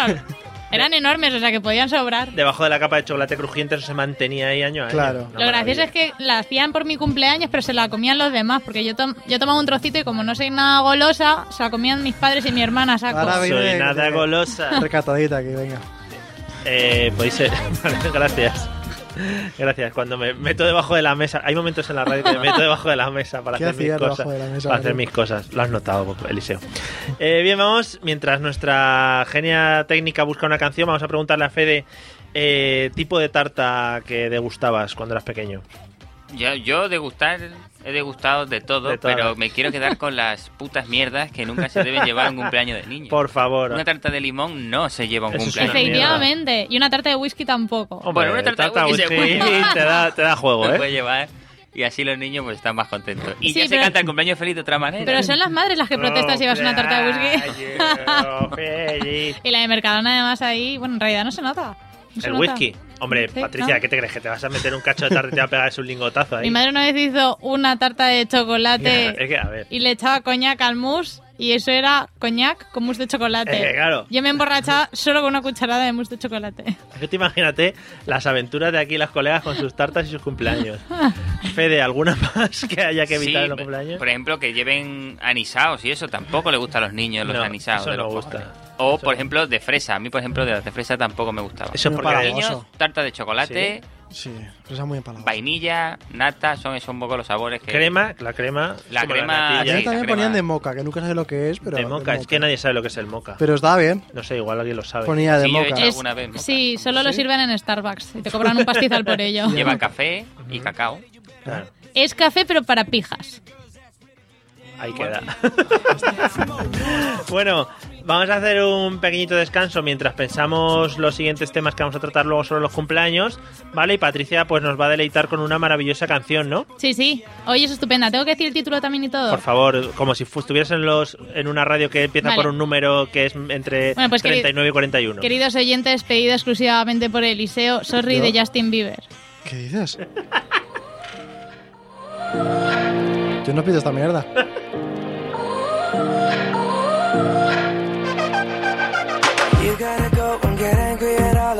S4: eran enormes, o sea que podían sobrar.
S1: Debajo de la capa de chocolate crujiente eso se mantenía ahí año a año.
S2: Claro.
S1: Una
S4: Lo gracioso
S1: maravilla.
S4: es que la hacían por mi cumpleaños, pero se la comían los demás, porque yo, tom- yo tomaba un trocito y como no soy nada golosa, se la comían mis padres y mi hermana, saco.
S2: Ahora ve-
S1: Soy
S2: Viene-
S1: nada golosa.
S2: Recatadita aquí, venga.
S1: Eh, podéis ser. Vale, Gracias. Gracias. Cuando me meto debajo de la mesa, hay momentos en la radio que me meto debajo de la mesa para
S2: ¿Qué
S1: hacer mis
S2: hacías debajo
S1: cosas.
S2: de la mesa,
S1: para hacer
S2: Mario?
S1: mis cosas. Lo has notado, Eliseo. Eh, bien, vamos. Mientras nuestra genia técnica busca una canción, vamos a preguntarle a Fede eh, tipo de tarta que degustabas cuando eras pequeño.
S3: Yo, yo degustar, he degustado de todo,
S1: De todas
S3: pero
S1: las-
S3: me quiero quedar con las putas mierdas que nunca se deben llevar a un cumpleaños de niño.
S1: Por favor.
S3: Una tarta de limón no se lleva a un
S1: Eso es una
S3: cumpleaños. de niño.
S1: mierda. Oh,
S4: Efectivamente, y una tarta de whisky tampoco.
S1: Hombre,
S3: Bueno, una tarta whisky seguro.
S1: te da, te da juego,
S3: Se puede
S1: ¿eh?
S3: llevar y así los niños pues están más contentos. Y
S4: Sí,
S3: ya se
S4: pero-
S3: canta el cumpleaños feliz de otra manera.
S4: Pero son las madres
S1: Oh,
S4: las que protestan si llevas una tarta de whisky.
S1: Cumpleaños feliz.
S4: y la de Mercadona, además, ahí, bueno, en realidad no se nota. ¿No se
S1: El
S4: nota?
S1: whisky. Hombre,
S4: Sí,
S1: Patricia,
S4: ¿no?
S1: ¿qué te crees? ¿Que te vas a meter un cacho de tarta y te va a pegar un lingotazo ahí?
S4: Mi madre una vez hizo una tarta de
S1: es
S4: chocolate
S1: que, a ver.
S4: y le echaba coñac al mousse y eso era coñac con mousse de chocolate.
S1: Eh, claro.
S4: Yo me emborrachaba solo con una cucharada de mousse de chocolate.
S1: Es que te imagínate las aventuras de aquí las colegas con sus tartas y sus cumpleaños. Fede, ¿alguna más que haya que evitar
S3: Sí,
S1: en los cumpleaños?
S3: Por ejemplo, que lleven anisados y eso tampoco le gusta a los niños, los
S1: No,
S3: anisados.
S1: eso
S3: de
S1: no
S3: los
S1: gusta.
S3: postres. O, por ejemplo, de fresa. A mí, por ejemplo, de las de fresa tampoco me gustaba.
S1: Eso es
S2: Muy
S1: porque
S2: para
S1: de
S2: vos.
S1: niños-
S3: Niños, tarta de chocolate,
S2: Sí, pero es muy empalagosa.
S3: vainilla, nata, son esos un poco los sabores que...
S1: crema, la crema.
S3: La
S1: como
S3: crema,
S1: natilla.
S3: sí,
S2: Ayer
S3: la
S2: también
S3: crema.
S2: ponían de moca, que nunca sé lo que es, pero.
S1: de moca, es que nadie sabe lo que es el moca.
S2: Pero estaba bien.
S1: No sé, igual alguien lo sabe.
S2: Ponía de
S3: Sí, yo he
S2: moca.
S3: hecho- alguna vez, moca.
S4: sí, solo lo sirven en Starbucks y te cobran un pastizal por ello.
S3: Lleva café y cacao.
S1: Claro,
S4: Es café pero para pijas.
S1: ahí queda. bueno, vamos a hacer un pequeñito descanso mientras pensamos los siguientes temas que vamos a tratar luego sobre los cumpleaños, ¿vale? Y Patricia pues nos va a deleitar con una maravillosa canción, ¿no?
S4: Sí, sí. Oye, es estupenda. Tengo que decir el título también y todo.
S1: Por favor, como si fu- estuvieras en, los, en una radio que empieza
S4: Vale.
S1: por un número que es entre
S4: Bueno, pues, queri-
S1: 39 y 41.
S4: Queridos oyentes, pedido exclusivamente por Eliseo, Sorry
S2: ¿Yo?
S4: de Justin Bieber.
S2: ¿Qué dices? Yo no pido esta mierda.
S6: You gotta go and get angry at all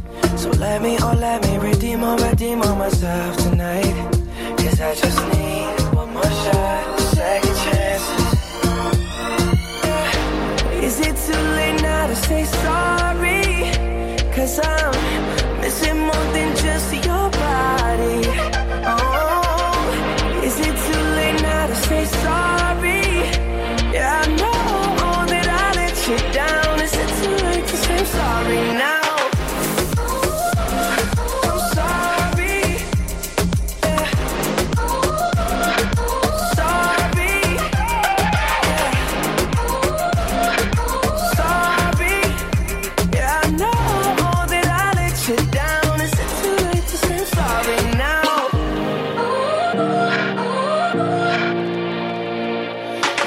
S6: So let me, oh let me redeem or redeem on myself tonight. Cause I just need one more shot, second chance. Is it too late now to say sorry? Cause I'm missing more than just your body. Oh, is it too late now to say sorry? Yeah, I know that I let you down. Is it too late to say sorry now? I'm sorry. Yeah. Sorry. Yeah. Sorry. Yeah, I know that I let you down. Is it too late to say sorry now?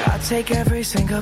S6: I'll take every single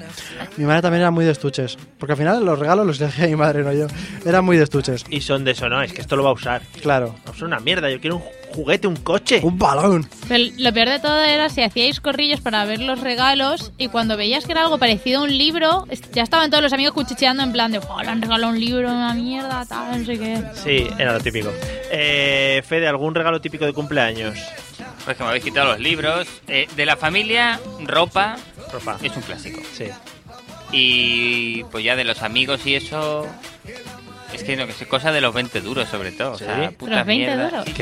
S2: Mi madre también era muy de estuches, porque al final los regalos los dejé a mi madre, no yo. Era muy de estuches,
S1: Y son de eso, no, es que esto lo va a usar.
S2: claro.
S1: No, es una mierda, yo quiero un juguete, un coche.
S2: Un balón.
S4: Pero lo peor de todo era si hacíais corrillos para ver los regalos y cuando veías que era algo parecido a un libro, es- ya estaban todos los amigos cuchicheando en plan de, oh, le han regalado un libro, una mierda, tal, no sé qué.
S1: Sí, era lo típico. Eh, Fede, ¿algún regalo típico de cumpleaños?
S3: Pues que me habéis quitado los libros. Eh, de la familia, ropa
S1: Ropa.
S3: es un clásico.
S1: Sí.
S3: Y pues ya de los amigos y eso. Es que no, que es cosa de los 20 duros, sobre todo.
S1: ¿Sí?
S3: O sea,
S1: ¿Los
S3: putas
S4: 20
S3: mierdas.
S4: duros?
S3: Sí,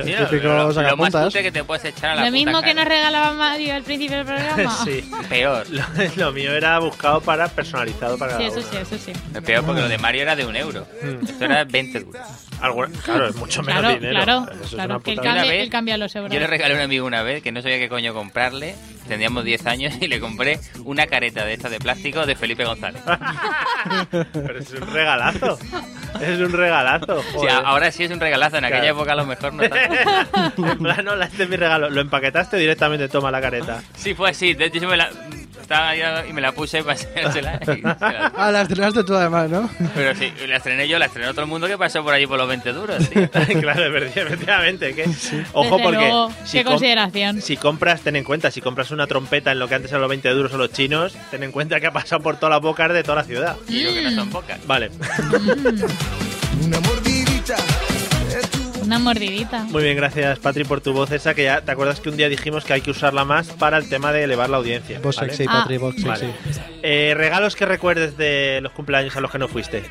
S2: El
S3: tío,
S2: típico
S3: lo, lo más
S2: sacapuntas.
S3: putre que te puedes echar a la
S4: Lo
S3: puta
S4: mismo que
S3: cara.
S4: nos regalaba Mario al principio del programa.
S1: sí.
S3: Peor.
S1: Lo, lo mío era buscado para personalizado para
S4: Sí,
S1: cada
S4: eso
S1: uno.
S4: sí, eso sí.
S3: Peor porque lo de Mario era de un euro. Esto era 20 duros.
S1: Alguna- claro, es mucho menos
S4: Claro,
S1: dinero.
S4: claro,
S1: Eso es una
S4: claro. Que él
S1: puta-
S3: cambio-
S4: cambie,
S3: vez,
S4: él cambia los euros.
S3: Yo le regalé a un amigo una vez que no sabía qué coño comprarle. Teníamos 10 años y le compré una careta de esta de plástico de Felipe González.
S1: Pero es un regalazo. Es un regalazo.
S3: O
S1: Joder.
S3: sea, ahora sí es un regalazo. En aquella
S1: Claro.
S3: época a lo mejor no tanto.
S1: en plan, hola, este es mi regalo. ¿Lo empaquetaste o directamente toma la careta?
S3: Sí, fue así. De hecho, yo me la, estaba ahí y me la puse para hacérsela. y se la-
S2: Ah, las estrenaste tú además, ¿no?
S3: Pero sí, la estrené yo, la estrenó todo el mundo que pasó por allí por los 20 duros, tío.
S1: claro, efectivamente. Que, Ojo,
S4: Desde
S1: porque.
S4: luego, qué
S1: com-
S4: consideración.
S1: si compras, ten en cuenta, si compras una trompeta en lo que antes eran los 20 duros o los chinos, ten en cuenta que ha pasado por todas las bocas de toda la ciudad.
S3: Y digo que no son pocas.
S1: Vale,
S7: Una mordidita.
S4: Una mordidita.
S1: muy bien, gracias Patri por tu voz esa, que ya te acuerdas que un día dijimos que hay que usarla más para el tema de elevar la audiencia.
S2: Vos
S1: ¿vale?
S2: sexy,
S4: Ah.
S2: Patri, vos sexy.
S1: Vale. Eh, regalos que recuerdes de los cumpleaños a los que no fuiste.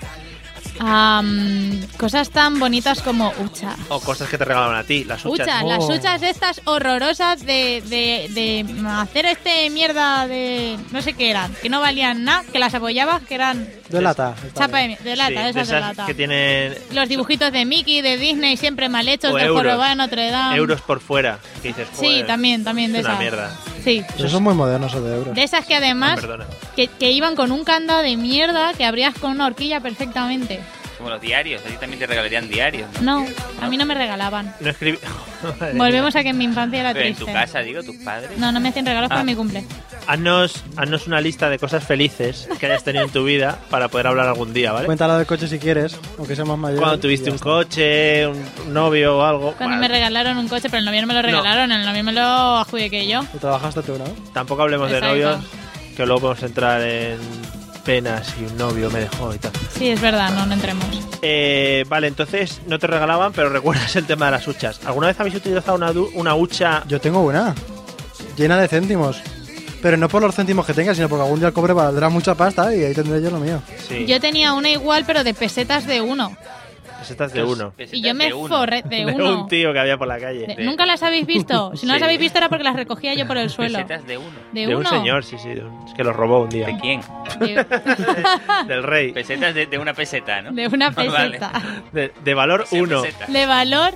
S4: Am, cosas tan bonitas como huchas.
S1: O cosas Oh. que te regalaron a ti, las huchas.
S4: Huchas,
S2: Oh.
S4: las huchas estas horrorosas de, de, de hacer este mierda de no sé qué eran, que no valían nada, que las apoyabas, que eran
S2: De lata. está
S4: chapa de,
S2: bien.
S4: mi- de
S1: Sí,
S4: lata,
S1: de
S4: esas de,
S1: esas
S4: lata.
S1: que tienen
S4: Los dibujitos de Mickey, de Disney, siempre mal hechos,
S1: O
S4: del
S1: euros.
S4: jorobado de Notre Dame.
S1: euros por fuera. Que dices,
S4: Ah. Sí,
S1: "Joder,
S4: también, también de
S1: es una
S4: esas.
S1: mierda.
S4: Sí.
S2: Pero son muy modernos esos de euros.
S4: De esas que
S1: Ah,
S4: además
S1: perdona.
S4: que, que iban con un candado de mierda que abrías con una horquilla perfectamente.
S3: Como los diarios. A ti también te regalarían diarios, ¿no?
S4: No, a mí no me regalaban.
S1: No escribí.
S4: Volvemos a que en mi infancia era
S3: Pero en
S4: triste.
S3: tu casa, digo, tus padres.
S4: No, no me hacían regalos
S3: Ah.
S4: para mi cumple.
S1: Haznos, haznos una lista de cosas felices que hayas tenido en tu vida para poder hablar algún día, ¿vale?
S2: Cuéntalo del coche si quieres, aunque sea más mayor.
S1: Cuando tuviste
S2: y ya
S1: un
S2: está.
S1: coche, un novio o algo.
S4: Cuando
S1: Bueno,
S4: me regalaron un coche, pero el novio no me lo regalaron, el novio me lo adjudiqué yo.
S2: Lo trabajaste tú, ¿no?
S1: Tampoco hablemos de
S4: Exacto.
S1: novios, que luego podemos entrar en penas y un novio me dejó y tal.
S4: Sí, es verdad, no, no entremos.
S1: Eh, vale, entonces no te regalaban, pero recuerdas el tema de las huchas. ¿Alguna vez habéis utilizado una, du- una hucha?
S2: Yo tengo una. Llena de céntimos. Pero no por los céntimos que tenga, sino porque algún día el cobre valdrá mucha pasta y ahí tendré yo lo mío.
S1: Sí,
S4: Yo tenía una igual, pero de pesetas de uno.
S1: pesetas pues de uno.
S4: Y yo me
S3: De uno.
S4: forré de uno.
S1: un tío que había por la calle.
S4: De-
S3: de-
S4: ¿Nunca las habéis visto? Si no las
S3: Sí.
S4: habéis visto era porque las recogía yo por el suelo.
S3: Pesetas de uno.
S4: De,
S1: De un
S4: uno.
S1: señor, sí, sí, de un- es que lo robó un día.
S3: ¿De quién?
S4: De,
S1: Del rey.
S3: Pesetas de, de una peseta, ¿no?
S4: de una
S3: Vale.
S4: peseta.
S1: De, de valor
S3: Sea
S1: 1.
S3: peseta.
S4: De valor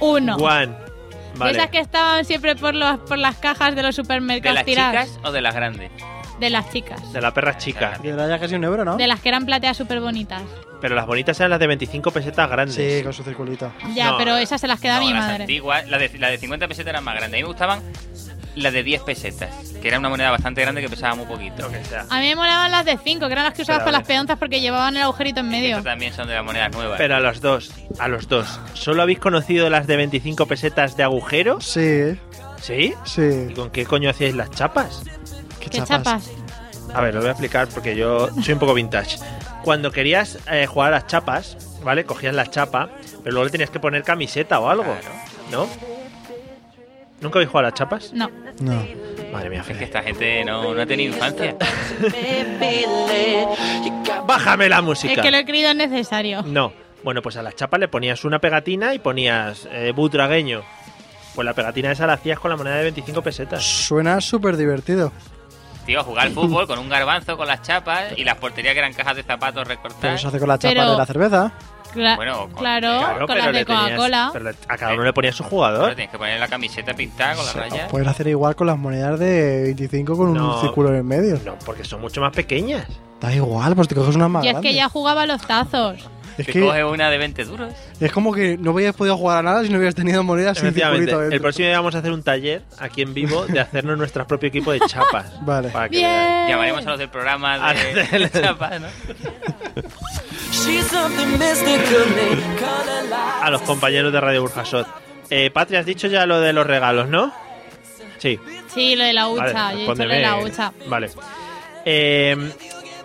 S4: uno.
S1: Juan.
S4: De esas
S1: Vale.
S4: que estaban siempre por, los, por las cajas de los
S3: ¿De
S4: supermercados
S3: las
S4: tiradas.
S3: chicas o de las grandes?
S4: De las chicas.
S1: De la perra chica.
S2: Y era ya casi un euro, ¿no?
S4: De las que eran plateadas súper bonitas.
S1: Pero las bonitas eran las de 25 pesetas grandes.
S2: Sí, con su circulito.
S4: Ya,
S1: No.
S4: pero esas se las queda
S3: No,
S4: mi
S3: las
S4: madre.
S3: antiguas, la de, la de 50 pesetas era más grande. A mí me gustaban las de 10 pesetas, que era una moneda bastante grande que pesaba muy poquito.
S1: Lo que sea.
S4: A mí me molaban las de 5, que eran las que usabas
S1: Pero a
S4: para
S1: ver.
S4: las peonzas porque llevaban el agujerito en medio.
S3: Estas también son de las monedas nuevas.
S1: Pero a los dos, a los dos. ¿Solo habéis conocido las de 25 pesetas de agujeros?
S2: Sí,
S1: ¿Sí? ¿Y
S2: sí.
S1: con qué coño hacíais las chapas?
S2: Qué,
S4: ¿Qué
S2: chapas.
S4: chapas?
S1: A ver, lo voy a explicar porque yo soy un poco vintage. Cuando querías eh, jugar a las chapas, ¿vale? Cogías la chapa, pero luego le tenías que poner camiseta o algo, ¿no? ¿Nunca habéis jugado a las chapas?
S4: No.
S2: No.
S1: Madre mía,
S3: Es que
S1: Fede.
S3: esta gente no, no ha tenido infancia.
S1: ¡Bájame la música!
S4: Es que lo he creído necesario.
S1: No. Bueno, pues a las chapas le ponías una pegatina y ponías eh, butragueño. Pues la pegatina esa la hacías con la moneda de 25 pesetas.
S2: Suena súper divertido.
S3: Tío, a jugar al fútbol con un garbanzo, con las chapas y las porterías que eran cajas de
S2: Pero
S3: zapatos recortadas.
S2: se hace con la chapa
S4: Pero-
S2: de la cerveza.
S4: Cla-
S3: Bueno, con-
S4: claro,
S3: claro,
S4: con las de
S1: le tenías-
S4: Coca-Cola.
S1: pero le- a cada uno le ponías su jugador.
S3: Claro, tienes que poner la camiseta pintada con las
S2: Lo
S3: rayas.
S2: puedes hacer igual con las monedas de 25 con
S1: No.
S2: un círculo en el medio.
S1: No, porque son mucho más pequeñas.
S2: Da igual, pues te coges una más
S4: Yo es
S2: grande.
S4: que ya jugaba a los tazos.
S2: Es
S3: Te
S2: que-
S3: coges una de 20 duros.
S2: es como que no hubieras podido jugar a nada si no hubieras tenido monedas sin
S1: Efectivamente.
S2: circulito
S1: El
S2: dentro.
S1: próximo día vamos a hacer un taller aquí en vivo de hacernos nuestro propio equipo de chapas.
S2: Vale.
S1: Para que veáis.
S4: Bien.
S3: Llamaremos a los del programa de,
S1: Ah, del-
S3: de chapas, ¿no?
S6: She's something mystical, they call her lies.
S1: A los compañeros de Radio Burjasot. Eh, Patria, has dicho ya lo de los regalos, ¿no? Sí.
S4: Sí, lo de la hucha.
S1: Vale,
S4: yo he dicho lo de la
S1: respóndeme.
S4: hucha.
S1: Vale. Eh,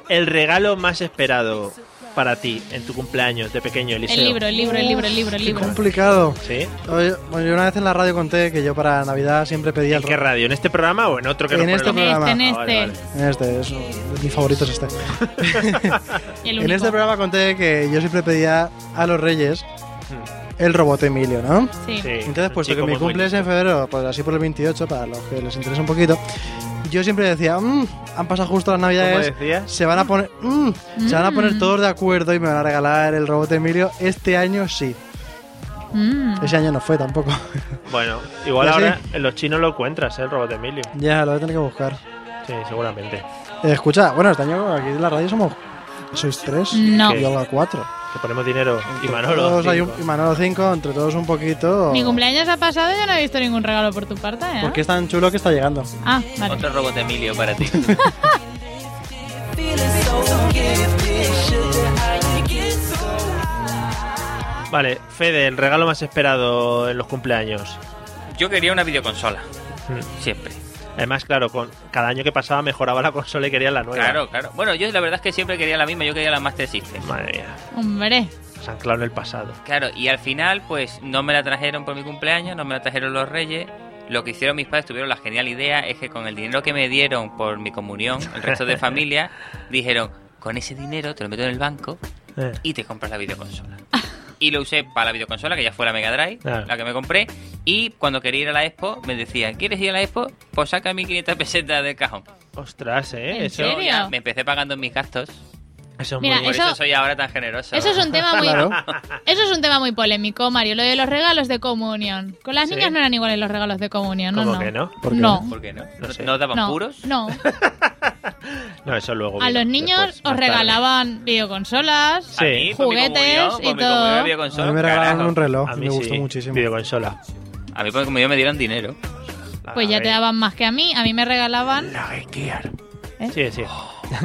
S1: el regalo más esperado para ti en tu cumpleaños de pequeño, Eliseo.
S4: El libro, el libro, el libro, el libro, el
S2: Qué
S4: libro.
S2: complicado.
S1: ¿Sí?
S2: Oye, Bueno, yo una vez en la radio conté que yo para Navidad siempre pedía
S1: ¿En
S2: el
S1: qué radio? ¿En este programa o en otro que
S2: En
S1: nos
S2: este
S4: En
S1: ponen los-
S4: este,
S2: programa.
S4: en
S1: Ah, vale,
S4: este.
S1: vale.
S2: En este, es mi favorito es este. En
S4: El único.
S2: este programa conté que yo siempre pedía a los reyes el robot Emilio, ¿no?
S4: Sí.
S1: Sí,
S2: Entonces,
S1: un
S2: puesto que
S1: chico
S2: mi
S1: muy
S2: cumple es en febrero, pues así por el 28, para los que les interesa un poquito, yo siempre decía, "Mm, han pasado justo las
S1: bonito. ¿Cómo
S2: navidades,
S1: decías?
S2: se van a poner mm, se van a poner todos de acuerdo y me van a regalar el robot Emilio este año sí
S4: Mm.
S2: ese año no fue tampoco
S1: Bueno, igual
S2: ¿Ya
S1: ahora en los chinos lo encuentras, ¿eh? el robot de Emilio.
S2: ya lo voy a tener que buscar
S1: Sí, seguramente.
S2: Eh, escucha bueno este año aquí en la radio somos sois tres
S4: No.
S2: y yo la cuatro
S1: Que ponemos dinero y
S2: Entre
S1: Manolo.
S2: todos hay un-
S1: cinco.
S2: y Manolo cinco entre todos un poquito
S4: Mi cumpleaños ha pasado y yo no he visto ningún regalo por tu parte, ¿eh?
S2: porque es tan chulo que está llegando
S4: Ah, vale.
S3: Otro robot Emilio para ti.
S6: Feeling so gifted, sugar, how you get so
S1: Vale, Fede, el regalo más esperado en los cumpleaños.
S3: Yo quería una videoconsola.
S2: Mm.
S3: Siempre.
S1: Además, claro, con cada año que pasaba mejoraba la consola y querían la nueva.
S3: Claro, claro. Bueno, yo la verdad es que siempre quería la misma. Yo quería la Master System.
S1: Madre mía,
S4: Hombre.
S1: se han clavado en el pasado.
S3: Claro, y al final, pues no me la trajeron por mi cumpleaños, no me la trajeron los reyes. Lo que hicieron mis padres, tuvieron la genial idea, es que con el dinero que me dieron por mi comunión, el resto de familia, dijeron, con ese dinero te lo meto en el banco
S1: Eh.
S3: y te compras la videoconsola. Y lo usé para la videoconsola, que ya fue la Mega Drive,
S1: Claro.
S3: la que me compré. Y cuando quería ir a la Expo, me decían, ¿quieres ir a la Expo? Pues saca 1.500 pesetas del cajón.
S1: Ostras, ¿eh?
S4: ¿En
S1: Eso,
S4: serio?
S3: Ya me empecé pagando mis gastos.
S1: eso es
S4: Mira,
S1: muy...
S3: Por eso,
S4: Eso-
S3: soy ahora tan generoso.
S4: Eso es un tema muy
S2: Claro.
S4: Eso es un tema muy polémico, Mario, lo de los regalos de comunión. Con las
S1: Sí.
S4: niñas no eran iguales los regalos de comunión, ¿no?
S1: ¿Cómo
S4: no.
S1: que no?
S2: ¿Por qué
S4: No.
S3: ¿Por qué no?
S1: No
S3: ¿No,
S1: sé.
S3: no daban
S4: No,
S3: puros?
S4: no.
S1: No, eso luego.
S4: A
S1: vino,
S4: los niños
S1: después, más
S4: os
S1: tarde.
S4: regalaban videoconsolas.
S1: Sí.
S3: A mí, por mi
S4: Juguetes
S3: comunión, por
S4: y
S3: mi comunión
S4: todo.
S3: había
S2: a
S3: consola,
S2: mí me regalaron
S3: carajo.
S2: un reloj
S1: A
S2: y
S1: mí
S2: me gustó
S1: sí,
S2: muchísimo
S1: videoconsola.
S3: A mí por mi comunión me dieron dinero.
S4: Pues ya te daban más que a mí. A mí me regalaban.
S1: La Game Gear.
S4: ¿Eh?
S1: Sí, sí.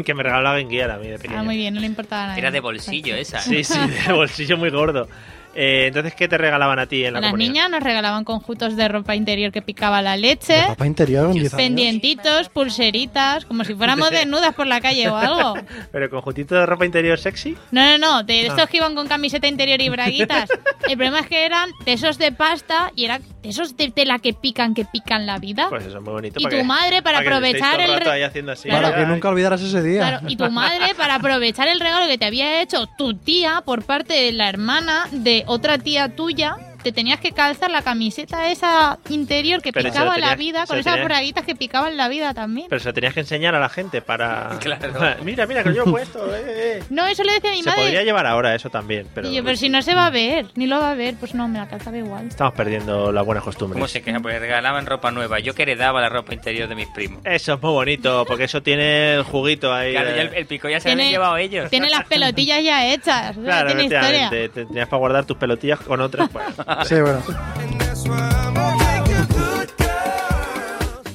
S1: que me regaló la Game Gear a mí de pequeño.
S4: Ah, muy bien, no le importaba nada.
S3: Era de bolsillo esa. ¿eh?
S1: Sí, sí, de bolsillo muy gordo. Eh, entonces, ¿qué te regalaban a ti en la
S4: A las
S1: comunión?
S4: niñas nos regalaban conjuntos de ropa interior que picaba la leche,
S2: Papá interior, un 10 años.
S4: pendientitos, pulseritas, como si fuéramos desnudas por la calle o algo.
S1: ¿Pero conjuntito de ropa interior sexy?
S4: No, no, no, de estos
S1: Ah.
S4: que iban con camiseta interior y braguitas. El problema es que eran de esos de pasta y eran de esos de tela que pican, que pican la vida.
S1: Pues eso es muy bonito.
S4: Ah. Y tu madre para
S1: que estéis
S4: aprovechar
S1: todo
S4: el
S1: rato
S4: re-
S1: ahí haciendo así.
S2: Para que
S1: Ay,
S2: nunca olvidaras ese día.
S4: Claro, y tu madre, para aprovechar el regalo que te había hecho tu tía por parte de la hermana de otra tía tuya, te tenías que calzar la camiseta esa interior que
S1: Pero se lo
S4: picaba la
S1: tenías-
S4: vida,
S1: se
S4: con
S1: lo
S4: esas
S1: tenías-
S4: braguitas que picaban la vida también.
S1: Pero se lo tenías que enseñar a la gente para.
S3: Claro.
S1: Mira, mira, que lo llevo puesto. eh, eh.
S4: No, eso le decía a mi
S1: Se podría
S4: madre.
S1: llevar ahora eso también, pero.
S4: y yo, pero si no se va a ver, ni lo va a ver, pues no, me la calzaba igual.
S1: Estamos perdiendo las buenas
S3: ¿Cómo
S1: costumbres.
S3: se queja? Porque regalaban ropa nueva. Yo que heredaba la ropa interior de mis primos.
S1: Eso es muy bonito, porque eso tiene el juguito ahí.
S3: Claro,
S1: de-
S3: ya el, el pico ya se lo
S4: Tiene-
S3: habían llevado ellos.
S4: Tiene las pelotillas ya hechas, o sea,
S1: Claro,
S4: tiene historia.
S1: efectivamente. Te- Tenías para guardar tus pelotillas con otras. pues, Bueno,
S2: Sí, bueno.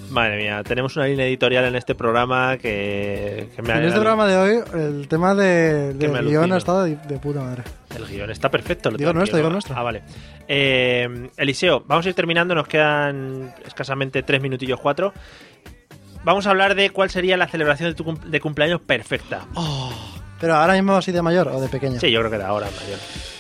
S1: madre mía, tenemos una línea editorial en este programa que, que me ha
S2: En este programa de hoy, el tema de,
S1: Que
S2: de
S1: me
S2: guión
S1: alucino.
S2: ha estado de, de puta madre.
S1: El guión está perfecto. lo
S2: Digo
S1: tengo
S2: nuestro,
S1: aquí,
S2: digo
S1: ¿no?
S2: nuestro.
S1: Ah, vale. Eh, Eliseo, vamos a ir terminando. Nos quedan escasamente tres minutillos, cuatro. Vamos a hablar de cuál sería la celebración de tu cum- de cumpleaños perfecta.
S2: Oh. Pero ahora mismo así de mayor o de pequeño.
S1: Sí, yo creo que era ahora, mayor.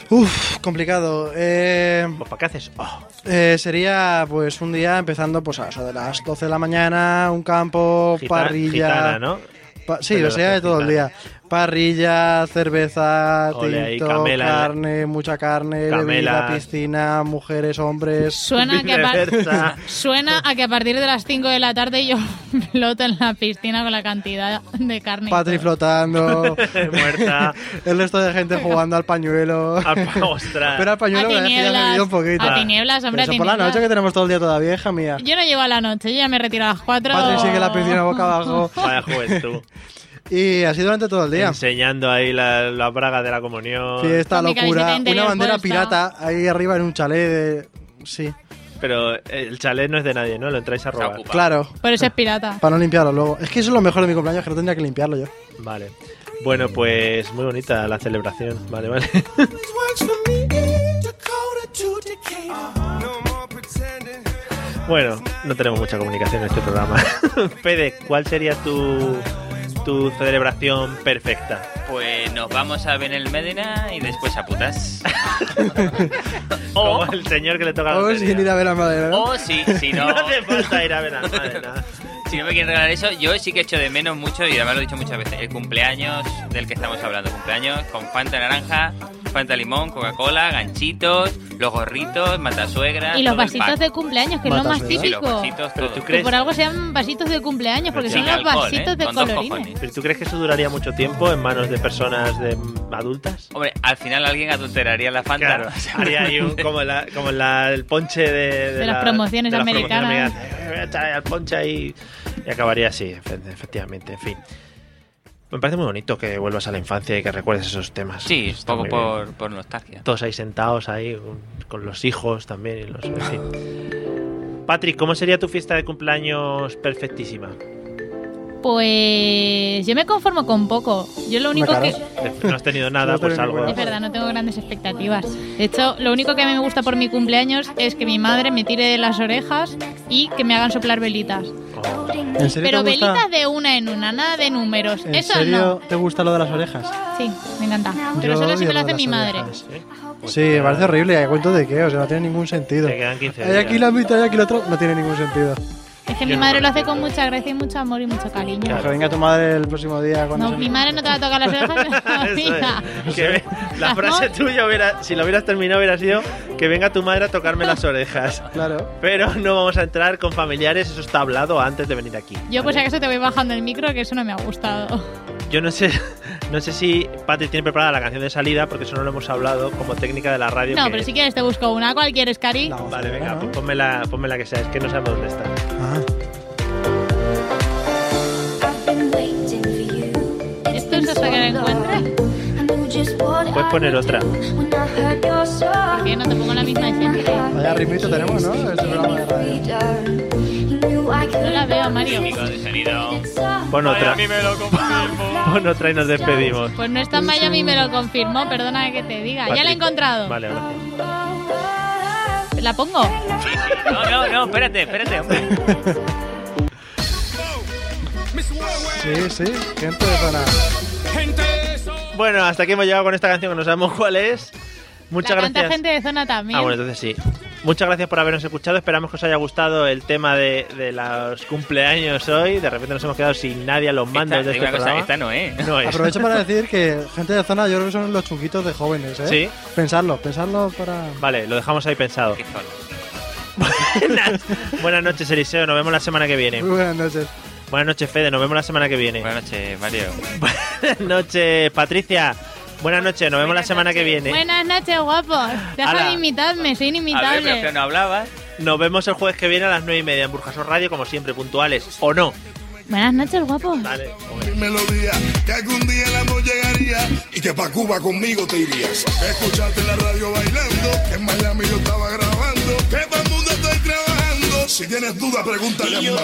S2: Uf, complicado. Eh,
S1: Pues, ¿Para qué haces? Oh,
S2: eh, sería pues un día empezando pues a eso de las 12 de la mañana, un campo,
S1: gita-
S2: Oh, parrilla.
S1: gitana, ¿no?
S2: Pa- sí,
S1: Pero
S2: o sea, de todo el
S1: gitana.
S2: día. Parrilla, cerveza,
S1: Ole, ahí,
S2: tinto,
S1: camela. ¿eh?
S2: carne, mucha carne, bebida,
S1: Camelas.
S2: piscina, mujeres, hombres.
S4: Suena a que a par-
S1: Viceversa.
S4: Suena a que a partir de las 5 de la tarde yo floto en la piscina con la cantidad de carne. y
S2: Patri
S4: todo.
S2: flotando.
S1: Muerta.
S2: El resto de gente jugando al pañuelo.
S1: Al pa- ostras.
S2: Pero al pañuelo
S4: A
S2: me había
S4: tinieblas,
S2: bebido un poquito.
S4: a tinieblas, hombre, a
S2: Pero eso por la
S4: tinieblas.
S2: noche que tenemos todo el día todavía, hija mía.
S4: Yo no llego a la noche, yo ya me retiro a las 4.
S2: Patri sigue en la piscina boca abajo.
S1: Vaya juventud.
S2: Y así durante todo el día.
S1: Enseñando ahí la, la braga de la comunión.
S2: Fiesta,
S4: Con mi camiseta
S2: locura. Una
S4: interior
S2: bandera
S4: puesta.
S2: pirata ahí arriba en un chalet de... Sí,
S1: Pero el chalet no es de nadie, ¿no? Lo entráis a robar.
S3: ocupado.
S2: claro.
S4: Por eso es pirata.
S2: Para no limpiarlo luego. Es que eso es lo mejor de mi cumpleaños, que no tendría que limpiarlo yo.
S1: Vale. Bueno, pues muy bonita la celebración. Vale, vale. Bueno, no tenemos mucha comunicación en este programa. Pede, ¿cuál sería tu, tu celebración perfecta?
S3: Pues nos vamos a Benel Medina y después a putas.
S1: O
S3: O-
S1: el señor que le toca la
S2: Vamos
S1: lotería.
S2: sin ir a ver a madre, ¿no?
S3: O si, si no,
S1: No hace falta ir a ver a nadie, nada.
S3: si no me quieren regalar eso, yo sí que echo de menos mucho, y además lo he dicho muchas veces, el cumpleaños del que estamos hablando. Cumpleaños con Fanta naranja, Fanta limón, Coca-Cola, ganchitos, los gorritos, matasuegras...
S4: Y los
S3: todo el
S4: vasitos
S3: pack.
S4: de cumpleaños, que es lo
S2: Matas,
S4: más
S2: ¿verdad?
S3: Sí, los
S4: típico.
S3: vasitos,
S1: Pero
S3: todo.
S1: tú
S4: Que
S1: crees...
S4: por algo sean vasitos de cumpleaños, porque
S1: Pero
S4: son
S3: Sin
S4: los
S3: alcohol,
S4: vasitos
S3: ¿eh?
S4: de
S3: Con dos
S4: colorines.
S3: cojones.
S1: ¿Pero tú crees que eso duraría mucho tiempo en manos de personas de adultas?
S3: Hombre, al final alguien adulteraría la Fanta.
S1: Claro,
S3: O sea,
S1: haría ahí un- como, la- como la- el ponche de,
S4: De las promociones
S1: las
S4: americanas.
S1: americanas. Voy a echar el ponche ahí y acabaría así, efe- efectivamente, en fin. Me parece muy bonito que vuelvas a la infancia y que recuerdes esos temas.
S3: Sí,
S1: Está
S3: poco
S1: muy bien.
S3: por, por nostalgia.
S1: Todos ahí sentados ahí con- con los hijos también y los... en fin. Patrick, ¿cómo sería tu fiesta de cumpleaños perfectísima?
S4: Pues yo me conformo con poco. Yo lo único que...
S2: caras.
S1: No has tenido nada,
S2: No
S1: pues
S2: tengo
S1: algo...
S2: ninguna.
S4: Es verdad, no tengo grandes expectativas. De hecho, lo único que a mí me gusta por mi cumpleaños es que mi madre me tire de las orejas y que me hagan soplar velitas.
S1: Oh,
S2: ¿En serio
S4: Pero
S2: te gusta?
S4: velitas de una en una, nada de números.
S2: ¿En
S4: Eso
S2: serio te gusta lo de las orejas?
S4: no. Sí, me encanta. Pero
S2: Yo
S4: solo si
S2: odio
S4: me lo
S2: lo de
S4: hace mi
S2: las
S4: madre.
S2: orejas.
S1: ¿eh?
S2: Sí, me parece horrible. ¿A cuento de qué? O sea, no tiene ningún sentido.
S1: Te quedan 15
S2: Hay aquí
S1: días.
S2: la mitad y aquí la otra. No tiene ningún sentido.
S4: Es que
S1: Yo
S4: mi
S1: no
S4: madre lo
S1: lo
S4: hace
S1: entiendo.
S4: con mucha gracia y mucho amor y mucho cariño.
S2: Que venga tu madre el próximo día cuando
S4: No,
S2: se-
S4: mi madre no te va a tocar las orejas.
S1: Ah, Eso
S4: mira.
S1: es. Que ve- la frase tuya, hubiera, si la hubieras terminado, hubiera sido que venga tu madre a tocarme las orejas.
S2: Claro.
S1: Pero no vamos a entrar con familiares, eso está hablado antes de venir aquí.
S4: Yo pues si
S1: ¿vale?
S4: acaso te voy bajando el micro, que eso no me ha gustado.
S1: Yo no sé, no sé si Patri tiene preparada la canción de salida, porque eso no lo hemos hablado como técnica de la radio.
S4: No,
S1: que-
S4: pero si quieres te busco una. ¿Cuál quieres, Cari?
S2: La
S1: Vale,
S2: otra,
S1: venga,
S2: ¿no?
S1: pues ponme la, ponme la que sea, es que no sabemos dónde está.
S2: Ah,
S4: Esto es hasta que la encuentre.
S1: Puedes poner otra.
S4: Que no te pongo la misma escena.
S2: vaya ritmito tenemos, ¿no? Este programa de radio.
S6: You
S4: No la veo, Mario.
S1: Pon otra. Pon otra y nos despedimos.
S4: Pues no está en Miami, me lo confirmó, perdona que te diga. Ya la he encontrado.
S1: eh, Vale, gracias.
S4: ¿La pongo?
S3: No, no, no, espérate, espérate, hombre.
S2: Sí, sí, gente de zona.
S1: Bueno, hasta aquí hemos llegado con esta canción que no sabemos cuál es. Muchas
S4: la canta
S1: gracias.
S4: gente de zona también.
S1: Ah, bueno, entonces sí. Muchas gracias por habernos escuchado. Esperamos que os haya gustado el tema de, de los cumpleaños hoy. De repente nos hemos quedado sin nadie a los mandos
S3: Esta,
S1: de
S3: digo
S1: este
S3: una cosa,
S1: programa.
S3: esta no es.
S1: No es.
S2: Aprovecho para decir que gente de zona yo creo que son los chunguitos de jóvenes, ¿eh?
S1: Sí.
S2: Pensarlo, pensarlo para...
S1: Vale, lo dejamos ahí pensado.
S3: Qué zorro.
S1: Buenas, buenas noches, Eliseo. Nos vemos la semana que viene.
S2: Muy buenas noches.
S1: Buenas noches, Fede. Nos vemos la semana que viene.
S3: Buenas noches, Mario.
S1: Buenas noches, Patricia. Buenas noches. Nos vemos la semana que viene.
S4: Buenas noches, guapos. Deja
S1: Ala.
S4: de imitarme, soy
S3: A ver, pero
S4: inimitable.
S3: que no hablabas.
S1: Nos vemos el jueves que viene a las 9 y media en Burjasor Radio, como siempre, puntuales. ¿O no?
S4: Buenas noches, guapos.
S1: Vale.
S8: melodía que algún día el amor llegaría y que pa' Cuba conmigo te irías. Escucharte en la radio bailando, que en Miami yo estaba grabando, que pa' el mundo estoy trabajando. Si tienes duda, pregúntale a mi mamá.